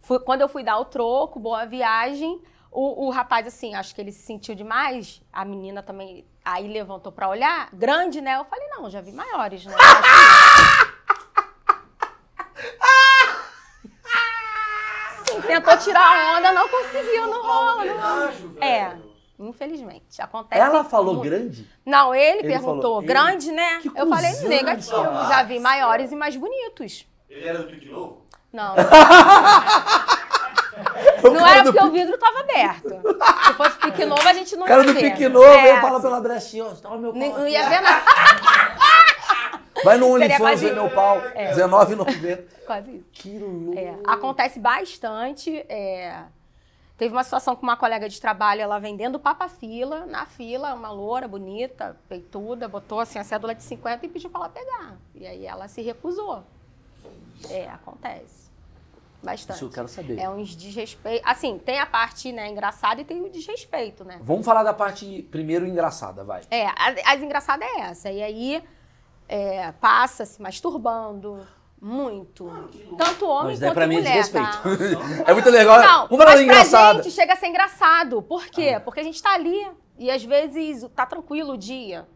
Speaker 1: Fui- quando eu fui dar o troco, boa viagem, o, o rapaz, assim, acho que ele se sentiu demais. A menina também, aí levantou pra olhar. Grande, né? Eu falei, não, já vi maiores, né? Sim, Assim, tentou tirar a onda, não conseguiu, não rola, não rola.
Speaker 3: Pedágio, velho.
Speaker 1: É. Infelizmente, acontece
Speaker 2: Ela falou
Speaker 1: muito.
Speaker 2: grande?
Speaker 1: Não, ele,
Speaker 2: Ele
Speaker 1: perguntou.
Speaker 2: falou, ele-
Speaker 1: grande, né?
Speaker 2: Que
Speaker 1: eu falei
Speaker 2: cuzão,
Speaker 1: negativo.
Speaker 3: cara.
Speaker 1: Já vi maiores e mais bonitos.
Speaker 3: Ele era do Pique Novo?
Speaker 1: Não,
Speaker 2: O
Speaker 1: não
Speaker 2: cara
Speaker 1: era
Speaker 2: do
Speaker 1: porque o vidro tava aberto. Se fosse pique novo, a gente não
Speaker 2: O cara
Speaker 1: ia
Speaker 2: do
Speaker 1: ver.
Speaker 2: Pique Novo,
Speaker 1: É,
Speaker 2: ele fala pela brechinha, ó, toma meu É.
Speaker 1: Não
Speaker 2: pau.
Speaker 1: não ia ver nada.
Speaker 2: Vai no
Speaker 1: Seria
Speaker 2: OnlyFans
Speaker 1: quase-
Speaker 2: ver meu pau,
Speaker 3: É.
Speaker 2: R$19,90.
Speaker 1: Quase isso.
Speaker 2: Que louco.
Speaker 1: É, acontece bastante. é, Teve uma situação com uma colega de trabalho, ela vendendo papa-fila, na fila, uma loura bonita, peituda, botou assim a cédula de 50 e pediu pra ela pegar. E aí ela se recusou. É, acontece. Bastante.
Speaker 2: Isso eu quero saber.
Speaker 1: É uns desrespeito. Assim, tem a parte né, engraçada e tem o desrespeito, né?
Speaker 2: Vamos falar da parte primeiro engraçada, vai.
Speaker 1: É, a- as engraçadas é essa. E aí é, passa se masturbando muito. Tanto homem
Speaker 2: Mas
Speaker 1: quanto
Speaker 2: é pra mim é
Speaker 1: mulher.
Speaker 2: desrespeito.
Speaker 1: Tá?
Speaker 2: é muito legal.
Speaker 1: Não,
Speaker 2: Vamos falar da
Speaker 1: mas pra
Speaker 2: engraçada. Ah.
Speaker 1: gente chega a ser engraçado. Por quê? Porque a gente tá ali e às vezes tá tranquilo o dia.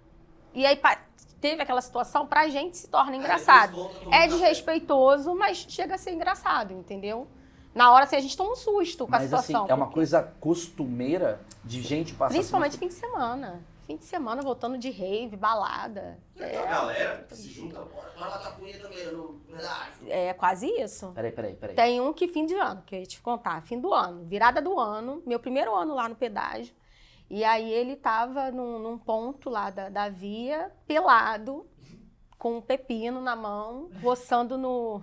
Speaker 1: E aí pa- teve aquela situação, pra gente se torna engraçado. É desrespeitoso, mas chega a ser engraçado, entendeu? Na hora, assim, a gente toma um susto com a
Speaker 2: Mas assim,
Speaker 1: situação.
Speaker 2: é uma coisa costumeira de gente passar. assim, tipo,
Speaker 1: Principalmente fim de semana. Fim de semana voltando de rave, balada. É,
Speaker 3: A galera que se junta, bora, bora lá tá punheta mesmo, relaxa.
Speaker 1: É quase isso.
Speaker 2: Peraí, peraí, peraí.
Speaker 1: Tem um que fim de ano, que eu ia te contar. Fim do ano, virada do ano, meu primeiro ano lá no pedágio. E aí ele tava num, num ponto lá da, da via, pelado, com um pepino na mão, roçando no,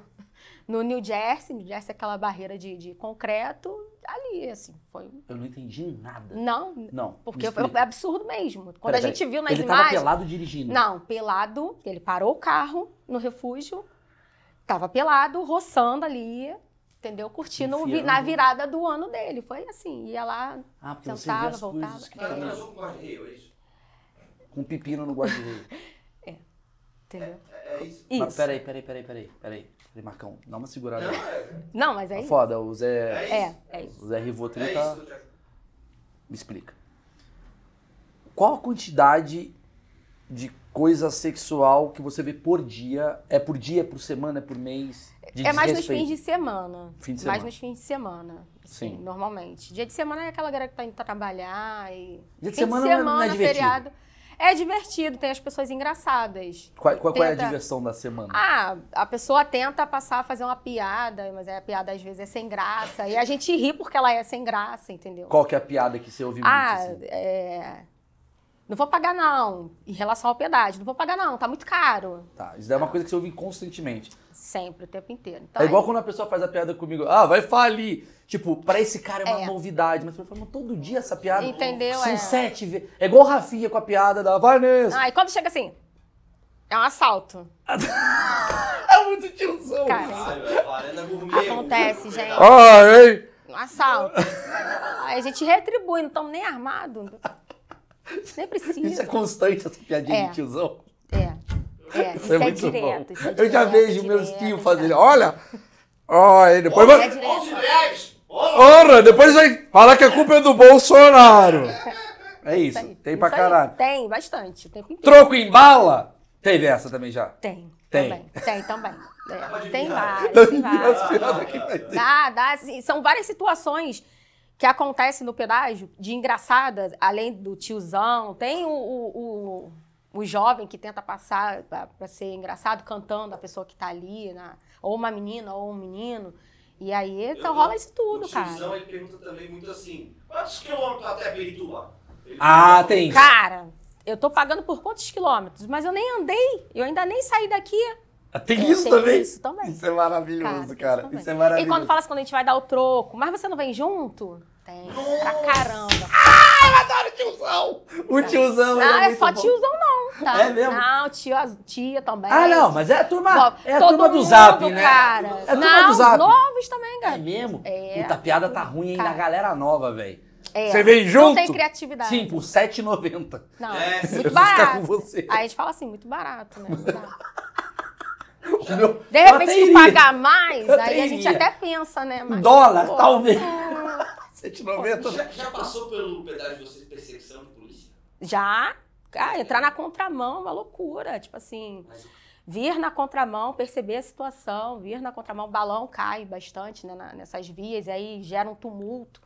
Speaker 1: no New Jersey. New Jersey é aquela barreira de, de concreto. Ali, assim, foi...
Speaker 2: Eu não entendi nada.
Speaker 1: Não,
Speaker 2: Não.
Speaker 1: Hum, porque
Speaker 2: me
Speaker 1: foi
Speaker 2: explica.
Speaker 1: absurdo mesmo. Quando
Speaker 2: Peraí,
Speaker 1: a gente viu nas
Speaker 2: Ele tava
Speaker 1: imagens...
Speaker 2: pelado dirigindo.
Speaker 1: Não, pelado. Ele parou o carro no refúgio, tava pelado, roçando ali, entendeu? Curtindo o vi- na
Speaker 2: Enfiando.
Speaker 1: virada do ano dele. Foi assim, ia lá.
Speaker 2: Ah, porque você vê
Speaker 1: Sentava,
Speaker 2: as
Speaker 1: voltava.
Speaker 2: coisas que
Speaker 3: Cara,
Speaker 2: tem
Speaker 3: transou com o guarda-reio, é isso?
Speaker 2: com pepino no guarda-reio.
Speaker 1: Entendeu?
Speaker 3: É é isso?
Speaker 1: Isso.
Speaker 2: Mas peraí, peraí, peraí, peraí, peraí. Peraí, Marcão, dá uma segurada.
Speaker 3: Não,
Speaker 2: aí.
Speaker 3: é,
Speaker 1: Não, mas
Speaker 2: Tá
Speaker 1: aí.
Speaker 2: foda, o Zé.
Speaker 3: é isso.
Speaker 1: É, é isso.
Speaker 2: O Zé Rivotril
Speaker 3: É
Speaker 2: tá.
Speaker 3: isso, Tiago.
Speaker 2: Me explica. Qual a quantidade de coisa sexual que você vê por dia? É por dia, é por semana, é por mês? De
Speaker 1: É mais nos
Speaker 2: desrespeito?
Speaker 1: fins de semana.
Speaker 2: Fim de
Speaker 1: Mais
Speaker 2: semana.
Speaker 1: nos fins de semana. assim,
Speaker 2: Sim.
Speaker 1: Normalmente. Dia de semana é aquela galera que tá indo trabalhar e.
Speaker 2: Dia de
Speaker 1: Fim
Speaker 2: semana,
Speaker 1: de semana,
Speaker 2: não é divertido.
Speaker 1: feriado. É divertido, tem as pessoas engraçadas.
Speaker 2: Qual, qual- qual é a
Speaker 1: Tenta-
Speaker 2: diversão da semana?
Speaker 1: Ah, a pessoa tenta passar a fazer uma piada, mas aí a piada às vezes é sem graça. E a gente ri porque ela é sem graça, entendeu?
Speaker 2: Qual que é a piada que você ouve
Speaker 1: ah,
Speaker 2: muito? assim?
Speaker 1: é... não vou pagar não, em relação ao pedágio. Não vou pagar não, tá muito caro.
Speaker 2: Tá, isso daí é uma coisa que você ouve constantemente.
Speaker 1: Sempre, o tempo inteiro. Então,
Speaker 2: é igual quando a pessoa faz a piada comigo. Ah, vai falir. Tipo, pra esse cara é uma
Speaker 1: É.
Speaker 2: novidade. Mas você fala, "Mas todo dia essa piada.
Speaker 1: Entendeu,
Speaker 2: São
Speaker 1: é.
Speaker 2: sete vezes. É igual o Rafinha com a piada da Vanessa.
Speaker 1: Ah, e quando chega assim, é um assalto.
Speaker 2: É muito tiozão.
Speaker 1: Ah. Cara,
Speaker 3: Caralho, é varanda gourmet.
Speaker 1: Acontece, gente.
Speaker 2: Ah, ei.
Speaker 1: Um assalto. Aí a gente retribui, não estamos nem armados. Nem precisa.
Speaker 2: Isso é constante, essa piadinha
Speaker 1: É.
Speaker 2: de tiozão.
Speaker 1: É, é,
Speaker 2: Isso é muito
Speaker 1: direto.
Speaker 2: bom.
Speaker 1: isso é
Speaker 2: Eu já
Speaker 1: direto,
Speaker 2: vejo meus
Speaker 1: direto,
Speaker 2: tios
Speaker 1: direto.
Speaker 2: fazendo. Olha! Olha, depois
Speaker 1: É
Speaker 2: vai.
Speaker 1: direto.
Speaker 3: 11 reais! Ó,
Speaker 2: Ora, depois vai falar que a culpa é do Bolsonaro. É
Speaker 1: Isso
Speaker 2: isso,
Speaker 1: aí,
Speaker 2: tem pra
Speaker 1: isso aí.
Speaker 2: caralho.
Speaker 1: Tem, bastante. O tempo inteiro.
Speaker 2: Troco em bala? Teve essa também já.
Speaker 1: Tem.
Speaker 2: Tem.
Speaker 1: Também. Tem também. É,
Speaker 3: Pode
Speaker 1: tem
Speaker 3: virar.
Speaker 1: várias, tem
Speaker 2: As
Speaker 1: várias.
Speaker 2: piadas que vai ter.
Speaker 1: Dá, dá. assim, São várias situações que acontecem no pedágio de engraçadas, além do tiozão. Tem o, o, o, o jovem que tenta passar pra pra ser engraçado, cantando a pessoa que tá ali, na- ou uma menina, ou um menino. E aí, então
Speaker 3: Eu-
Speaker 1: rola isso
Speaker 3: O
Speaker 1: tudo, cara.
Speaker 3: tiozão, ele pergunta também muito assim, quantos quilômetros até Perituba? Ele
Speaker 2: Ah,
Speaker 3: pergunta,
Speaker 2: tem.
Speaker 1: Cara, eu tô pagando por quantos quilômetros? Mas eu nem andei, eu ainda nem saí daqui.
Speaker 2: Tem isso
Speaker 1: Ah, Tem
Speaker 2: também?
Speaker 1: Isso também.
Speaker 2: Isso é maravilhoso,
Speaker 1: Cara,
Speaker 2: cara.
Speaker 1: isso
Speaker 2: Isso é
Speaker 1: E quando
Speaker 2: maravilhoso.
Speaker 1: fala assim, quando a gente vai dar o troco, mas você não vem junto? Tem, pra caramba.
Speaker 2: Adoro tiozão! O tiozão
Speaker 1: não,
Speaker 2: era
Speaker 1: é
Speaker 2: Ah, muito
Speaker 1: só
Speaker 2: bom.
Speaker 1: tiozão não, tá?
Speaker 2: É mesmo?
Speaker 1: Não, tio, tia também.
Speaker 2: Ah, não, mas é a turma,
Speaker 1: Bom,
Speaker 2: é a
Speaker 1: todo
Speaker 2: turma do
Speaker 1: mundo,
Speaker 2: Zap, né?
Speaker 1: Cara.
Speaker 2: É a turma
Speaker 1: não,
Speaker 2: do Zap.
Speaker 1: novos também,
Speaker 2: É
Speaker 1: cara.
Speaker 2: mesmo?
Speaker 1: É.
Speaker 2: Puta, a piada tá ruim ainda, a
Speaker 1: Cara.
Speaker 2: galera nova, velho.
Speaker 1: É.
Speaker 2: Você vem junto?
Speaker 1: Não tem criatividade.
Speaker 2: Sim, por R$ 7,90.
Speaker 1: Não,
Speaker 3: É, eu
Speaker 1: muito
Speaker 2: Eu vou ficar com
Speaker 1: barato.
Speaker 2: você.
Speaker 1: Aí a gente fala assim, muito barato, né? Muito barato.
Speaker 2: O meu-
Speaker 1: De
Speaker 2: eu
Speaker 1: repente,
Speaker 2: até
Speaker 1: se tu
Speaker 2: iria.
Speaker 1: pagar mais,
Speaker 2: Eu
Speaker 1: aí
Speaker 2: até
Speaker 1: a gente
Speaker 2: iria.
Speaker 1: até pensa, né?
Speaker 2: Em
Speaker 1: Mas,
Speaker 2: Dólar,
Speaker 1: pô,
Speaker 2: talvez.
Speaker 3: "Tu
Speaker 2: 7,90.
Speaker 3: assim. Já, já passou pelo pedágio de vocês perseguição de polícia?
Speaker 1: Já, cara, entrar na contramão é uma loucura. Tipo assim, vir na contramão, perceber a situação, vir na contramão, o balão cai bastante né, na- nessas vias, e aí gera um tumulto.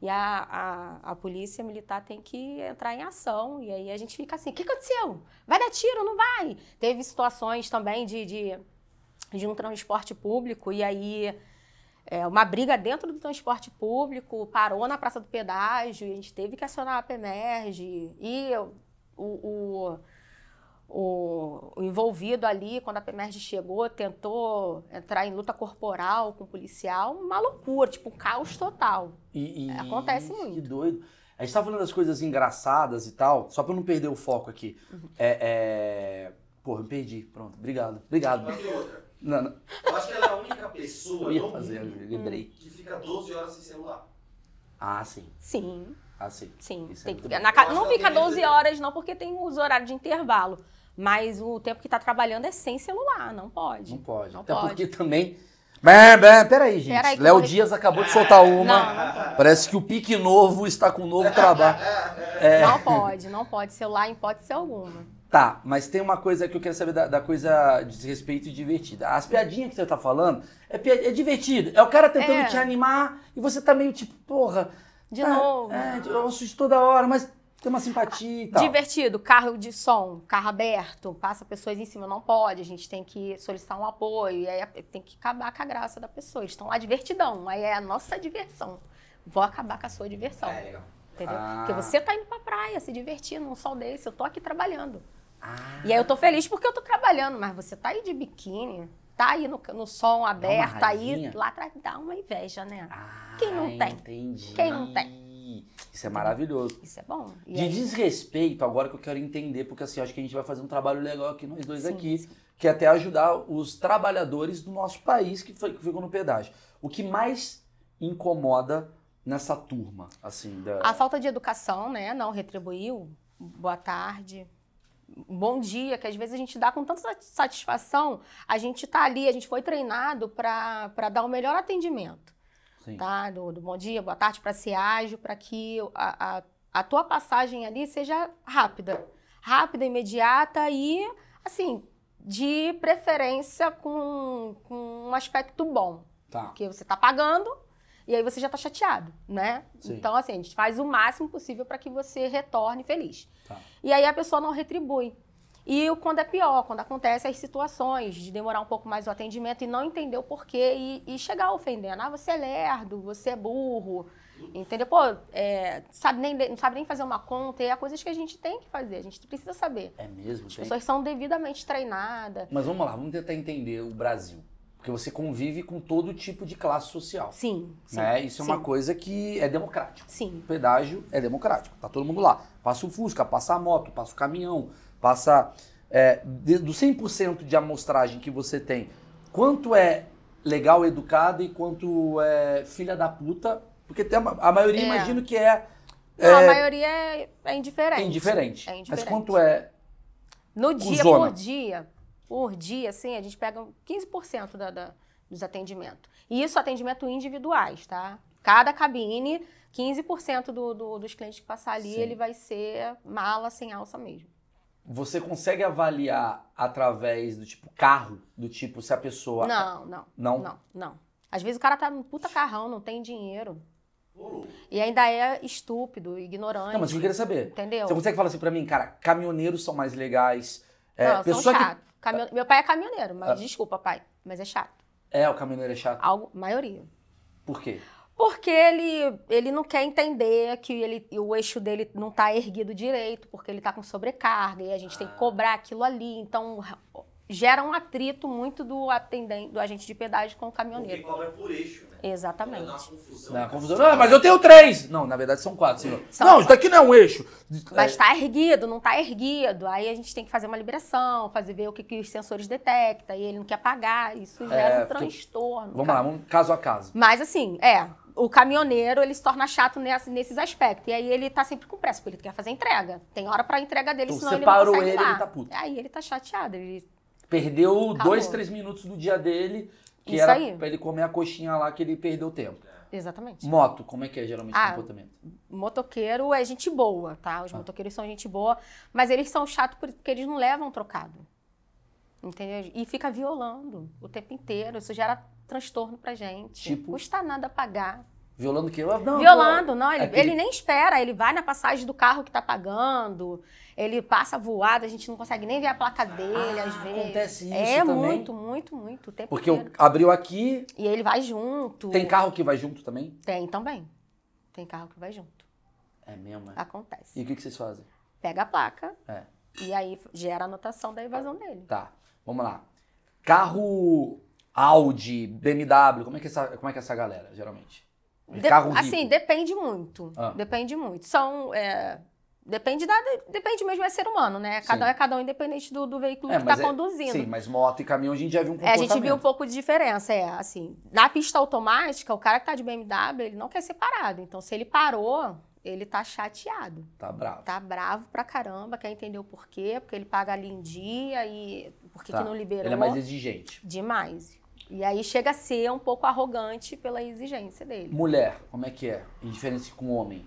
Speaker 1: E a, a, a polícia militar tem que entrar em ação. E aí a gente fica assim, o que aconteceu? Vai dar tiro, não vai? Teve situações também de, de, de um transporte público, e aí é, uma briga dentro do transporte público, parou na Praça do Pedágio, e a gente teve que acionar a PEMERG, e o, o, o- o envolvido ali, quando a PEMERG chegou, tentou entrar em luta corporal com o policial, uma loucura, tipo, um caos total.
Speaker 2: E, e-
Speaker 1: Acontece
Speaker 2: que
Speaker 1: muito.
Speaker 2: doido. A gente tá falando das coisas engraçadas e tal, só pra eu não perder
Speaker 1: Uhum.
Speaker 2: o foco aqui. É, é... Porra, me perdi. Pronto, obrigado. Obrigado.
Speaker 3: Mas tem outra.
Speaker 2: Não, não.
Speaker 3: Eu acho que ela é a única pessoa
Speaker 2: Eu ia
Speaker 3: no
Speaker 2: fazer, eu
Speaker 3: mundo
Speaker 1: Hum.
Speaker 2: lembrei.
Speaker 3: que fica 12 horas sem celular.
Speaker 2: Ah, sim.
Speaker 1: Sim,
Speaker 2: Ah, sim.
Speaker 1: sim.
Speaker 2: Isso
Speaker 1: Tem
Speaker 2: é
Speaker 1: que
Speaker 2: muito
Speaker 1: ficar
Speaker 2: bom.
Speaker 1: na ca-
Speaker 3: Eu acho
Speaker 1: Não
Speaker 3: que
Speaker 1: fica
Speaker 3: alguém
Speaker 1: 12
Speaker 3: deveria-
Speaker 1: horas, não, porque tem os horários de intervalo. Mas o tempo que tá trabalhando é sem celular, não pode.
Speaker 2: Não pode.
Speaker 1: Não
Speaker 2: Até
Speaker 1: pode.
Speaker 2: porque também. Bem, bem, peraí, gente.
Speaker 1: Peraí que eu
Speaker 2: Léo
Speaker 1: vou-
Speaker 2: Dias acabou de soltar uma.
Speaker 1: Não, não pode.
Speaker 2: Parece que o pique novo está com um novo trabalho. É.
Speaker 1: Não pode, não pode. Celular em hipótese alguma.
Speaker 2: Tá, mas tem uma coisa que eu quero saber da, da coisa de respeito e divertida. As piadinhas que você tá falando é, pi- é divertido. É o cara tentando
Speaker 1: É.
Speaker 2: te animar e você tá meio tipo, porra.
Speaker 1: De
Speaker 2: é,
Speaker 1: novo.
Speaker 2: É, eu assusto toda hora, mas tem uma simpatia e tal.
Speaker 1: Divertido, carro de som, carro aberto, passa pessoas em cima, não pode, a gente tem que solicitar um apoio, e aí a- tem que acabar com a graça da pessoa. Eles estão lá divertidão, aí é a nossa diversão. Vou acabar com a sua diversão,
Speaker 3: É, legal.
Speaker 1: entendeu?
Speaker 2: Ah.
Speaker 1: Porque você tá indo pra praia se divertindo num sol desse, eu tô aqui trabalhando.
Speaker 2: Ah,
Speaker 1: E aí eu tô feliz porque eu tô trabalhando, mas você tá aí de biquíni, tá aí no, no som aberto, tá aí
Speaker 2: raivinha.
Speaker 1: lá atrás dá uma inveja, né?
Speaker 2: ah,
Speaker 1: Quem não tem?
Speaker 2: Entendi.
Speaker 1: Quem não
Speaker 2: Isso é maravilhoso.
Speaker 1: Isso é bom. E
Speaker 2: De
Speaker 1: aí-
Speaker 2: desrespeito, agora que eu quero entender, porque assim, eu acho que a gente vai fazer um trabalho legal aqui, nós dois
Speaker 1: Sim,
Speaker 2: aqui, que é até ajudar os trabalhadores do nosso país que, foi- que ficam no pedágio. O que mais incomoda nessa turma, assim, da...
Speaker 1: A falta de educação, né? Não retribuiu. Boa tarde. Bom dia, que às vezes a gente dá com tanta sat- satisfação, a gente tá ali, a gente foi treinado para dar o melhor atendimento,
Speaker 2: Sim.
Speaker 1: tá? Do, do bom dia, boa tarde, para ser ágil, para que a, a, a tua passagem ali seja rápida. Rápida, imediata e, assim, de preferência com, com um aspecto bom.
Speaker 2: Tá.
Speaker 1: Porque você tá pagando e aí você já tá chateado, né?
Speaker 2: Sim.
Speaker 1: Então, assim, a gente faz o máximo possível para que você retorne feliz.
Speaker 2: Tá.
Speaker 1: E aí a pessoa não retribui. E o- quando é pior, quando acontece as situações de demorar um pouco mais o atendimento e não entender o porquê e, e chegar ofendendo. Ah, você é lerdo, você é burro, entendeu? Pô, é, sabe nem, ler- não sabe nem fazer uma conta e é coisas que a gente tem que fazer, a gente precisa saber.
Speaker 2: É mesmo,
Speaker 1: As
Speaker 2: tem?
Speaker 1: pessoas são devidamente treinadas.
Speaker 2: Mas vamos lá, vamos tentar entender o Brasil. Porque você convive com todo tipo de classe social.
Speaker 1: Sim, sim.
Speaker 2: né? Isso é uma
Speaker 1: sim,
Speaker 2: coisa que é democrática.
Speaker 1: Sim,
Speaker 2: O pedágio é democrático, tá todo mundo lá. Passa o Fusca, passa a moto, passa o caminhão, passa. É, de- do 100% de amostragem que você tem, quanto é legal, educado e quanto é filha da puta? Porque tem a, ma- a maioria,
Speaker 1: É.
Speaker 2: imagino que é,
Speaker 1: Não, a maioria é, é indiferente.
Speaker 2: indiferente.
Speaker 1: É
Speaker 2: Mas
Speaker 1: indiferente.
Speaker 2: quanto é.
Speaker 1: No dia
Speaker 2: Zona.
Speaker 1: por dia, por dia, assim, a gente pega 15% da, da- dos atendimentos. E isso atendimento individuais, tá? Cada cabine, 15% do, do- dos clientes que passar ali,
Speaker 2: Sim.
Speaker 1: ele vai ser mala sem alça mesmo.
Speaker 2: Você consegue avaliar através do tipo carro? Do tipo, se a pessoa.
Speaker 1: Não, não,
Speaker 2: Não?
Speaker 1: não, não. Às vezes o cara tá num puta carrão, não tem dinheiro.
Speaker 3: Ô, louco.
Speaker 1: E ainda é estúpido, ignorante.
Speaker 2: Não, mas eu queria saber.
Speaker 1: Entendeu?
Speaker 2: Você consegue falar assim pra mim, cara, caminhoneiros são mais legais. É,
Speaker 1: não, são
Speaker 2: pessoa que.
Speaker 1: chato. Caminho- Meu pai é caminhoneiro, mas
Speaker 2: Ah.
Speaker 1: desculpa, pai, mas é chato.
Speaker 2: É, o caminhoneiro é chato.
Speaker 1: Algo, maioria.
Speaker 2: Por quê?
Speaker 1: Porque ele, ele não quer entender que ele, o eixo dele não está erguido direito, porque ele está com sobrecarga e a gente tem
Speaker 2: Ah.
Speaker 1: que cobrar aquilo ali. Então, ra- gera um atrito muito do atendente, do agente de pedágio com o
Speaker 3: Porque
Speaker 1: caminhoneiro.
Speaker 3: cobra por eixo, né? Então, dá uma
Speaker 1: Exatamente.
Speaker 3: confusão.
Speaker 1: é
Speaker 2: Não, confusão. Ah, mas eu tenho três! Não, na verdade são quatro, senhor.
Speaker 1: São
Speaker 2: não,
Speaker 1: quatro.
Speaker 2: isso daqui não é um eixo.
Speaker 1: Mas está erguido, não está erguido. Aí a gente tem que fazer uma liberação, fazer ver o que, que os sensores detectam, e ele não quer pagar. Isso gera um
Speaker 2: É, porque-
Speaker 1: transtorno.
Speaker 2: Vamos
Speaker 1: cara.
Speaker 2: lá, vamos caso a caso.
Speaker 1: Mas assim, é, o caminhoneiro ele se torna chato nessa- nesses aspectos. E aí ele tá sempre com pressa, porque ele quer fazer entrega. Tem hora pra entrega dele,
Speaker 2: Então,
Speaker 1: senão
Speaker 2: você
Speaker 1: ele não
Speaker 2: parou
Speaker 1: consegue
Speaker 2: ele,
Speaker 1: lá.
Speaker 2: ele tá puto.
Speaker 1: Aí ele tá chateado. ele-
Speaker 2: Perdeu dois, três minutos do dia dele, que era
Speaker 1: Isso aí.
Speaker 2: pra ele comer a coxinha lá que ele perdeu tempo.
Speaker 1: Exatamente.
Speaker 2: Moto, como é que é geralmente o
Speaker 1: Ah.
Speaker 2: comportamento?
Speaker 1: Motoqueiro é gente boa, tá? Os
Speaker 2: Ah.
Speaker 1: motoqueiros são gente boa, mas eles são chatos porque eles não levam trocado. Entendeu? E fica violando o tempo inteiro. Isso gera transtorno pra gente.
Speaker 2: Tipo?
Speaker 1: Custa nada pagar.
Speaker 2: Violando o quê? Ah, Não,
Speaker 1: Violando, não, ele,
Speaker 2: Aquele-
Speaker 1: ele nem espera, ele vai na passagem do carro que tá pagando, ele passa voado, a gente não consegue nem ver a placa dele,
Speaker 2: Ah,
Speaker 1: às vezes.
Speaker 2: acontece isso
Speaker 1: é
Speaker 2: também.
Speaker 1: muito, muito, muito, o tempo
Speaker 2: Porque
Speaker 1: inteiro.
Speaker 2: eu- abriu aqui,
Speaker 1: E ele vai junto.
Speaker 2: tem carro que vai junto também?
Speaker 1: Tem também. Tem carro que vai junto.
Speaker 2: É mesmo, é.
Speaker 1: Acontece.
Speaker 2: E o que, que vocês fazem?
Speaker 1: Pega a placa
Speaker 2: É.
Speaker 1: e aí gera a anotação da evasão dele.
Speaker 2: Tá, vamos lá. Carro Audi, BMW, como é que é essa, como é, que é essa galera, geralmente?
Speaker 1: De-
Speaker 2: Carro rico.
Speaker 1: assim, depende muito.
Speaker 2: Ah.
Speaker 1: Depende muito. São é, Depende, da, depende mesmo, é ser humano, né? Cada
Speaker 2: Sim.
Speaker 1: um é cada um, independente do, do veículo
Speaker 2: É,
Speaker 1: que
Speaker 2: mas
Speaker 1: está
Speaker 2: é-
Speaker 1: conduzindo.
Speaker 2: Sim, mas moto e caminhão a gente já viu
Speaker 1: É,
Speaker 2: um
Speaker 1: a
Speaker 2: comportamento.
Speaker 1: gente viu um pouco de diferença, é, assim, na pista automática, o cara que tá de BMW, ele não quer ser parado, então se ele parou, ele tá chateado,
Speaker 2: Tá bravo.
Speaker 1: tá bravo pra caramba, quer entender o porquê, porque ele paga ali em dia e por que,
Speaker 2: Tá.
Speaker 1: que não liberou,
Speaker 2: Ele é mais exigente.
Speaker 1: demais. E aí chega a ser um pouco arrogante pela exigência dele.
Speaker 2: Mulher, como é que é? Em diferença com homem.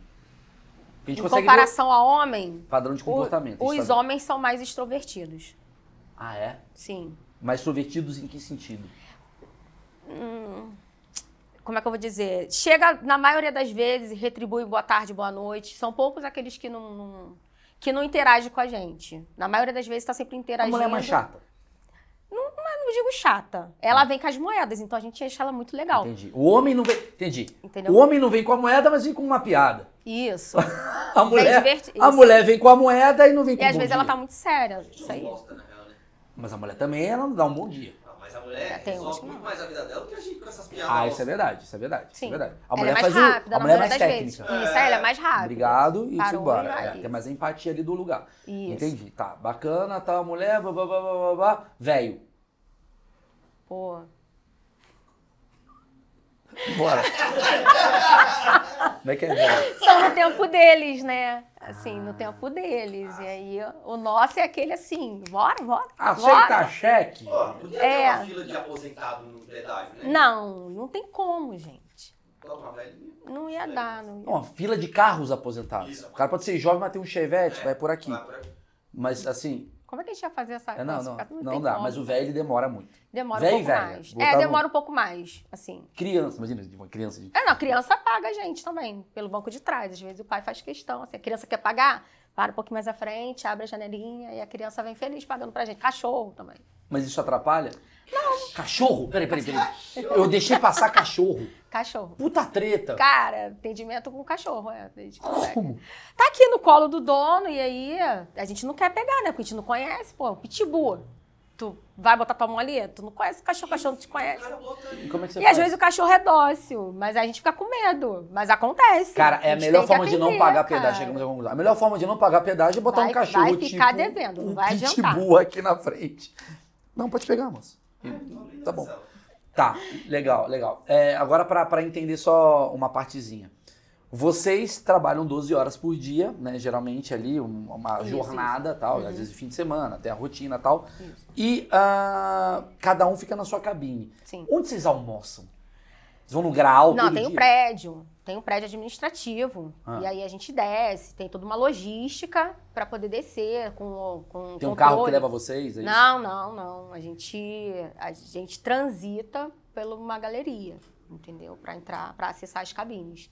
Speaker 2: A gente
Speaker 1: Em
Speaker 2: consegue
Speaker 1: comparação a homem,
Speaker 2: ver o padrão de
Speaker 1: o-
Speaker 2: comportamento. a gente
Speaker 1: os
Speaker 2: sabe.
Speaker 1: homens são mais extrovertidos,
Speaker 2: Ah, é?
Speaker 1: sim.
Speaker 2: Mas extrovertidos em que sentido?
Speaker 1: como é que eu vou dizer? Chega, na maioria das vezes, retribui boa tarde, boa noite. São poucos aqueles que não, não- que não interagem com a gente. Na maioria das vezes, está sempre
Speaker 2: A
Speaker 1: interagindo.
Speaker 2: mulher é mais chata.
Speaker 1: Eu não digo chata. Ela vem com as moedas, então a gente acha ela muito legal.
Speaker 2: Entendi. O homem não vem. Entendi.
Speaker 1: Entendeu?
Speaker 2: O homem não vem com a moeda, mas vem com uma piada.
Speaker 1: Isso.
Speaker 2: A mulher,
Speaker 1: divertido.
Speaker 2: a mulher vem com a moeda e não vem com
Speaker 1: É
Speaker 2: um
Speaker 1: E às
Speaker 2: bom
Speaker 1: vezes
Speaker 2: dia.
Speaker 1: ela tá muito séria. Isso
Speaker 3: Isso
Speaker 1: aí.
Speaker 3: bosta, na real, né?
Speaker 2: Mas a mulher também, ela não dá um bom dia.
Speaker 3: Ah, Mas a mulher
Speaker 1: É, tem uns
Speaker 3: resolve
Speaker 1: que
Speaker 3: muito
Speaker 1: não.
Speaker 3: mais a vida dela do que a gente com essas piadas.
Speaker 2: Ah, isso
Speaker 3: nossas.
Speaker 2: é verdade, isso é verdade. isso é
Speaker 1: Sim.
Speaker 2: verdade. A
Speaker 1: Ela
Speaker 2: mulher
Speaker 1: é mais
Speaker 2: faz o-
Speaker 1: rápida,
Speaker 2: a
Speaker 1: na
Speaker 2: mulher é mais
Speaker 1: maioria das vezes.
Speaker 2: técnica.
Speaker 1: Isso, aí, ela é mais rápida.
Speaker 2: Obrigado e foi
Speaker 1: Parou,
Speaker 2: embora.
Speaker 1: vai.
Speaker 2: É, tem mais a empatia ali do lugar.
Speaker 1: Isso.
Speaker 2: Entendi. Tá, bacana, tá, mulher, blá, blá, blá, blá, blá, blá. Velho.
Speaker 1: Pô.
Speaker 2: Bora. Como é que é velho?
Speaker 1: São no tempo deles, né? Assim, no tempo deles. E aí, o nosso é aquele assim, bora, bora,
Speaker 2: Aceita
Speaker 1: bora.
Speaker 2: cheque?
Speaker 3: Pô, não tem
Speaker 1: É.
Speaker 3: aquela fila de aposentado no pedágio, né?
Speaker 1: Não, não tem como, gente.
Speaker 3: Coloca uma velhinha.
Speaker 1: Não ia dar, não ia.
Speaker 2: Uma fila de carros aposentados.
Speaker 3: Isso.
Speaker 2: O cara pode ser jovem, mas tem um chevette,
Speaker 3: É.
Speaker 2: vai por aqui.
Speaker 3: Vai pra-
Speaker 2: Mas assim,
Speaker 1: Como é que a gente ia fazer essa
Speaker 2: é, não, não,
Speaker 1: classificação?
Speaker 2: não
Speaker 1: tem
Speaker 2: dá.
Speaker 1: como.
Speaker 2: Mas o velho ele demora muito.
Speaker 1: Demora
Speaker 2: Véi,
Speaker 1: um pouco
Speaker 2: velha,
Speaker 1: mais.
Speaker 2: botar
Speaker 1: É,
Speaker 2: no-
Speaker 1: demora um pouco mais, assim.
Speaker 2: Criança, imagina, de uma criança. de-
Speaker 1: É, não, criança paga a gente também, pelo banco de trás. Às vezes o pai faz questão, assim, a criança quer pagar, para um pouquinho mais à frente, abre a janelinha e a criança vem feliz pagando pra gente. Cachorro também.
Speaker 2: Mas isso atrapalha? Não. Cachorro? Peraí, peraí, peraí. Eu deixei passar cachorro.
Speaker 1: Cachorro.
Speaker 2: Puta treta.
Speaker 1: Cara, atendimento com cachorro, é. a gente consegue.
Speaker 2: Como?
Speaker 1: Tá aqui no colo do dono e aí a gente não quer pegar, né? Porque a gente não conhece, pô, pitbull. Tu vai botar tua mão ali? Tu não conhece o cachorro, o cachorro não te
Speaker 3: O
Speaker 1: conhece.
Speaker 3: cara bota ali.
Speaker 2: E como é que você
Speaker 1: E às
Speaker 2: faz?
Speaker 1: vezes o cachorro é dócil, mas a gente fica com medo. Mas acontece.
Speaker 2: Cara, é a
Speaker 1: gente
Speaker 2: melhor
Speaker 1: tem que
Speaker 2: forma de não
Speaker 1: aprender,
Speaker 2: pagar
Speaker 1: cara.
Speaker 2: pedágio. Chegamos à conclusão. A melhor forma de não pagar pedágio é botar
Speaker 1: Vai-
Speaker 2: um cachorro
Speaker 1: vai ficar
Speaker 2: tipo
Speaker 1: devendo, não
Speaker 2: um
Speaker 1: vai adiantar.
Speaker 2: pitbull aqui na frente. Não, pode pegar, moço. Tá bom. Tá, legal, legal. É, agora pra pra entender só uma partezinha. Vocês trabalham 12 horas por dia, né? Geralmente ali um- uma
Speaker 1: Isso, Uhum.
Speaker 2: jornada tal, às vezes fim de semana, até a rotina tal.
Speaker 1: Isso.
Speaker 2: E ah, cada um fica na sua cabine.
Speaker 1: Sim.
Speaker 2: Onde vocês almoçam? Vocês vão no grau?
Speaker 1: Não,
Speaker 2: todo
Speaker 1: tem o
Speaker 2: dia?
Speaker 1: prédio. Tem um prédio administrativo.
Speaker 2: Ah.
Speaker 1: E aí a gente desce, tem toda uma logística pra poder descer com, o- com o
Speaker 2: Tem um carro que
Speaker 1: controle.
Speaker 2: leva vocês? É isso?
Speaker 1: Não, não, não. A gente, a gente transita por uma galeria, entendeu? Pra entrar, pra acessar as cabines.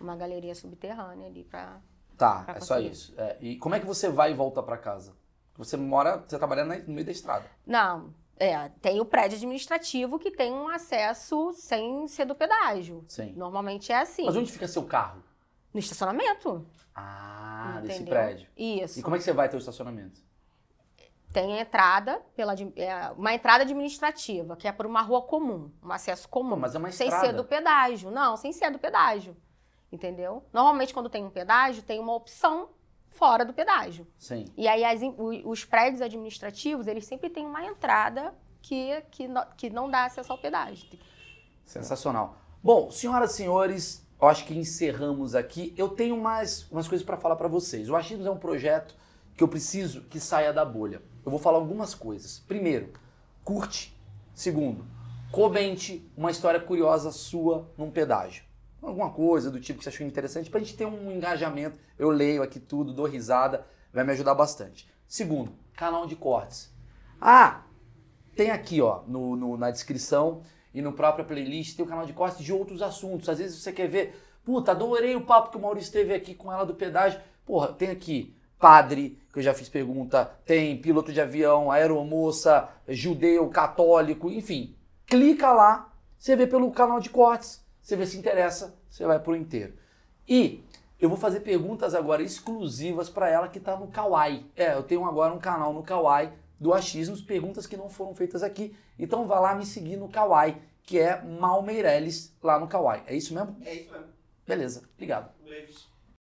Speaker 1: Uma galeria subterrânea ali pra.
Speaker 2: Tá,
Speaker 1: pra
Speaker 2: é só
Speaker 1: conseguir.
Speaker 2: isso. É, e como é que você vai e volta pra casa? Você mora, você trabalha na- no meio da estrada.
Speaker 1: Não, é, tem o prédio administrativo que tem um acesso sem ser do pedágio.
Speaker 2: Sim.
Speaker 1: Normalmente é assim.
Speaker 2: Mas onde fica seu carro?
Speaker 1: No estacionamento.
Speaker 2: Ah, desse
Speaker 1: entendeu?
Speaker 2: prédio.
Speaker 1: Isso.
Speaker 2: E como é que você vai ter o estacionamento?
Speaker 1: Tem a entrada, pela, admi- é, uma entrada administrativa, que é por uma rua comum, um acesso comum.
Speaker 2: Pô, mas é uma
Speaker 1: sem
Speaker 2: estrada.
Speaker 1: ser do pedágio. Não, sem ser do pedágio. Entendeu? Normalmente, quando tem um pedágio, tem uma opção fora do pedágio.
Speaker 2: Sim.
Speaker 1: E aí, as em- o- os prédios administrativos, eles sempre têm uma entrada que, que, no- que não dá acesso ao pedágio.
Speaker 2: Sensacional. Bom, senhoras e senhores, eu acho que encerramos aqui. Eu tenho mais umas coisas para falar para vocês. O Achismos é um projeto que eu preciso que saia da bolha. Eu vou falar algumas coisas. Primeiro, curte. Segundo, comente uma história curiosa sua num pedágio. Alguma coisa do tipo que você achou interessante para a gente ter um engajamento. Eu leio aqui tudo, dou risada, vai me ajudar bastante. Segundo, canal de cortes. Ah, tem aqui, ó, no- no- na descrição e no próprio playlist tem o canal de cortes de outros assuntos. Às vezes você quer ver, puta, adorei o papo que o Maurício teve aqui com ela do pedágio. Porra, tem aqui padre, que eu já fiz pergunta, tem piloto de avião, aeromoça, judeu, católico, enfim. Clica lá, você vê pelo canal de cortes, você vê se interessa, você vai pro inteiro. E eu vou fazer perguntas agora exclusivas para ela que tá no Kawaii. É, eu tenho agora um canal no Kawaii do Achismos, perguntas que não foram feitas aqui. Então vá lá me seguir no Kawaii, que é Mal Meirelles lá no Kawaii. É isso mesmo?
Speaker 3: É isso mesmo. Um
Speaker 2: Beleza, obrigado.
Speaker 3: Beijos.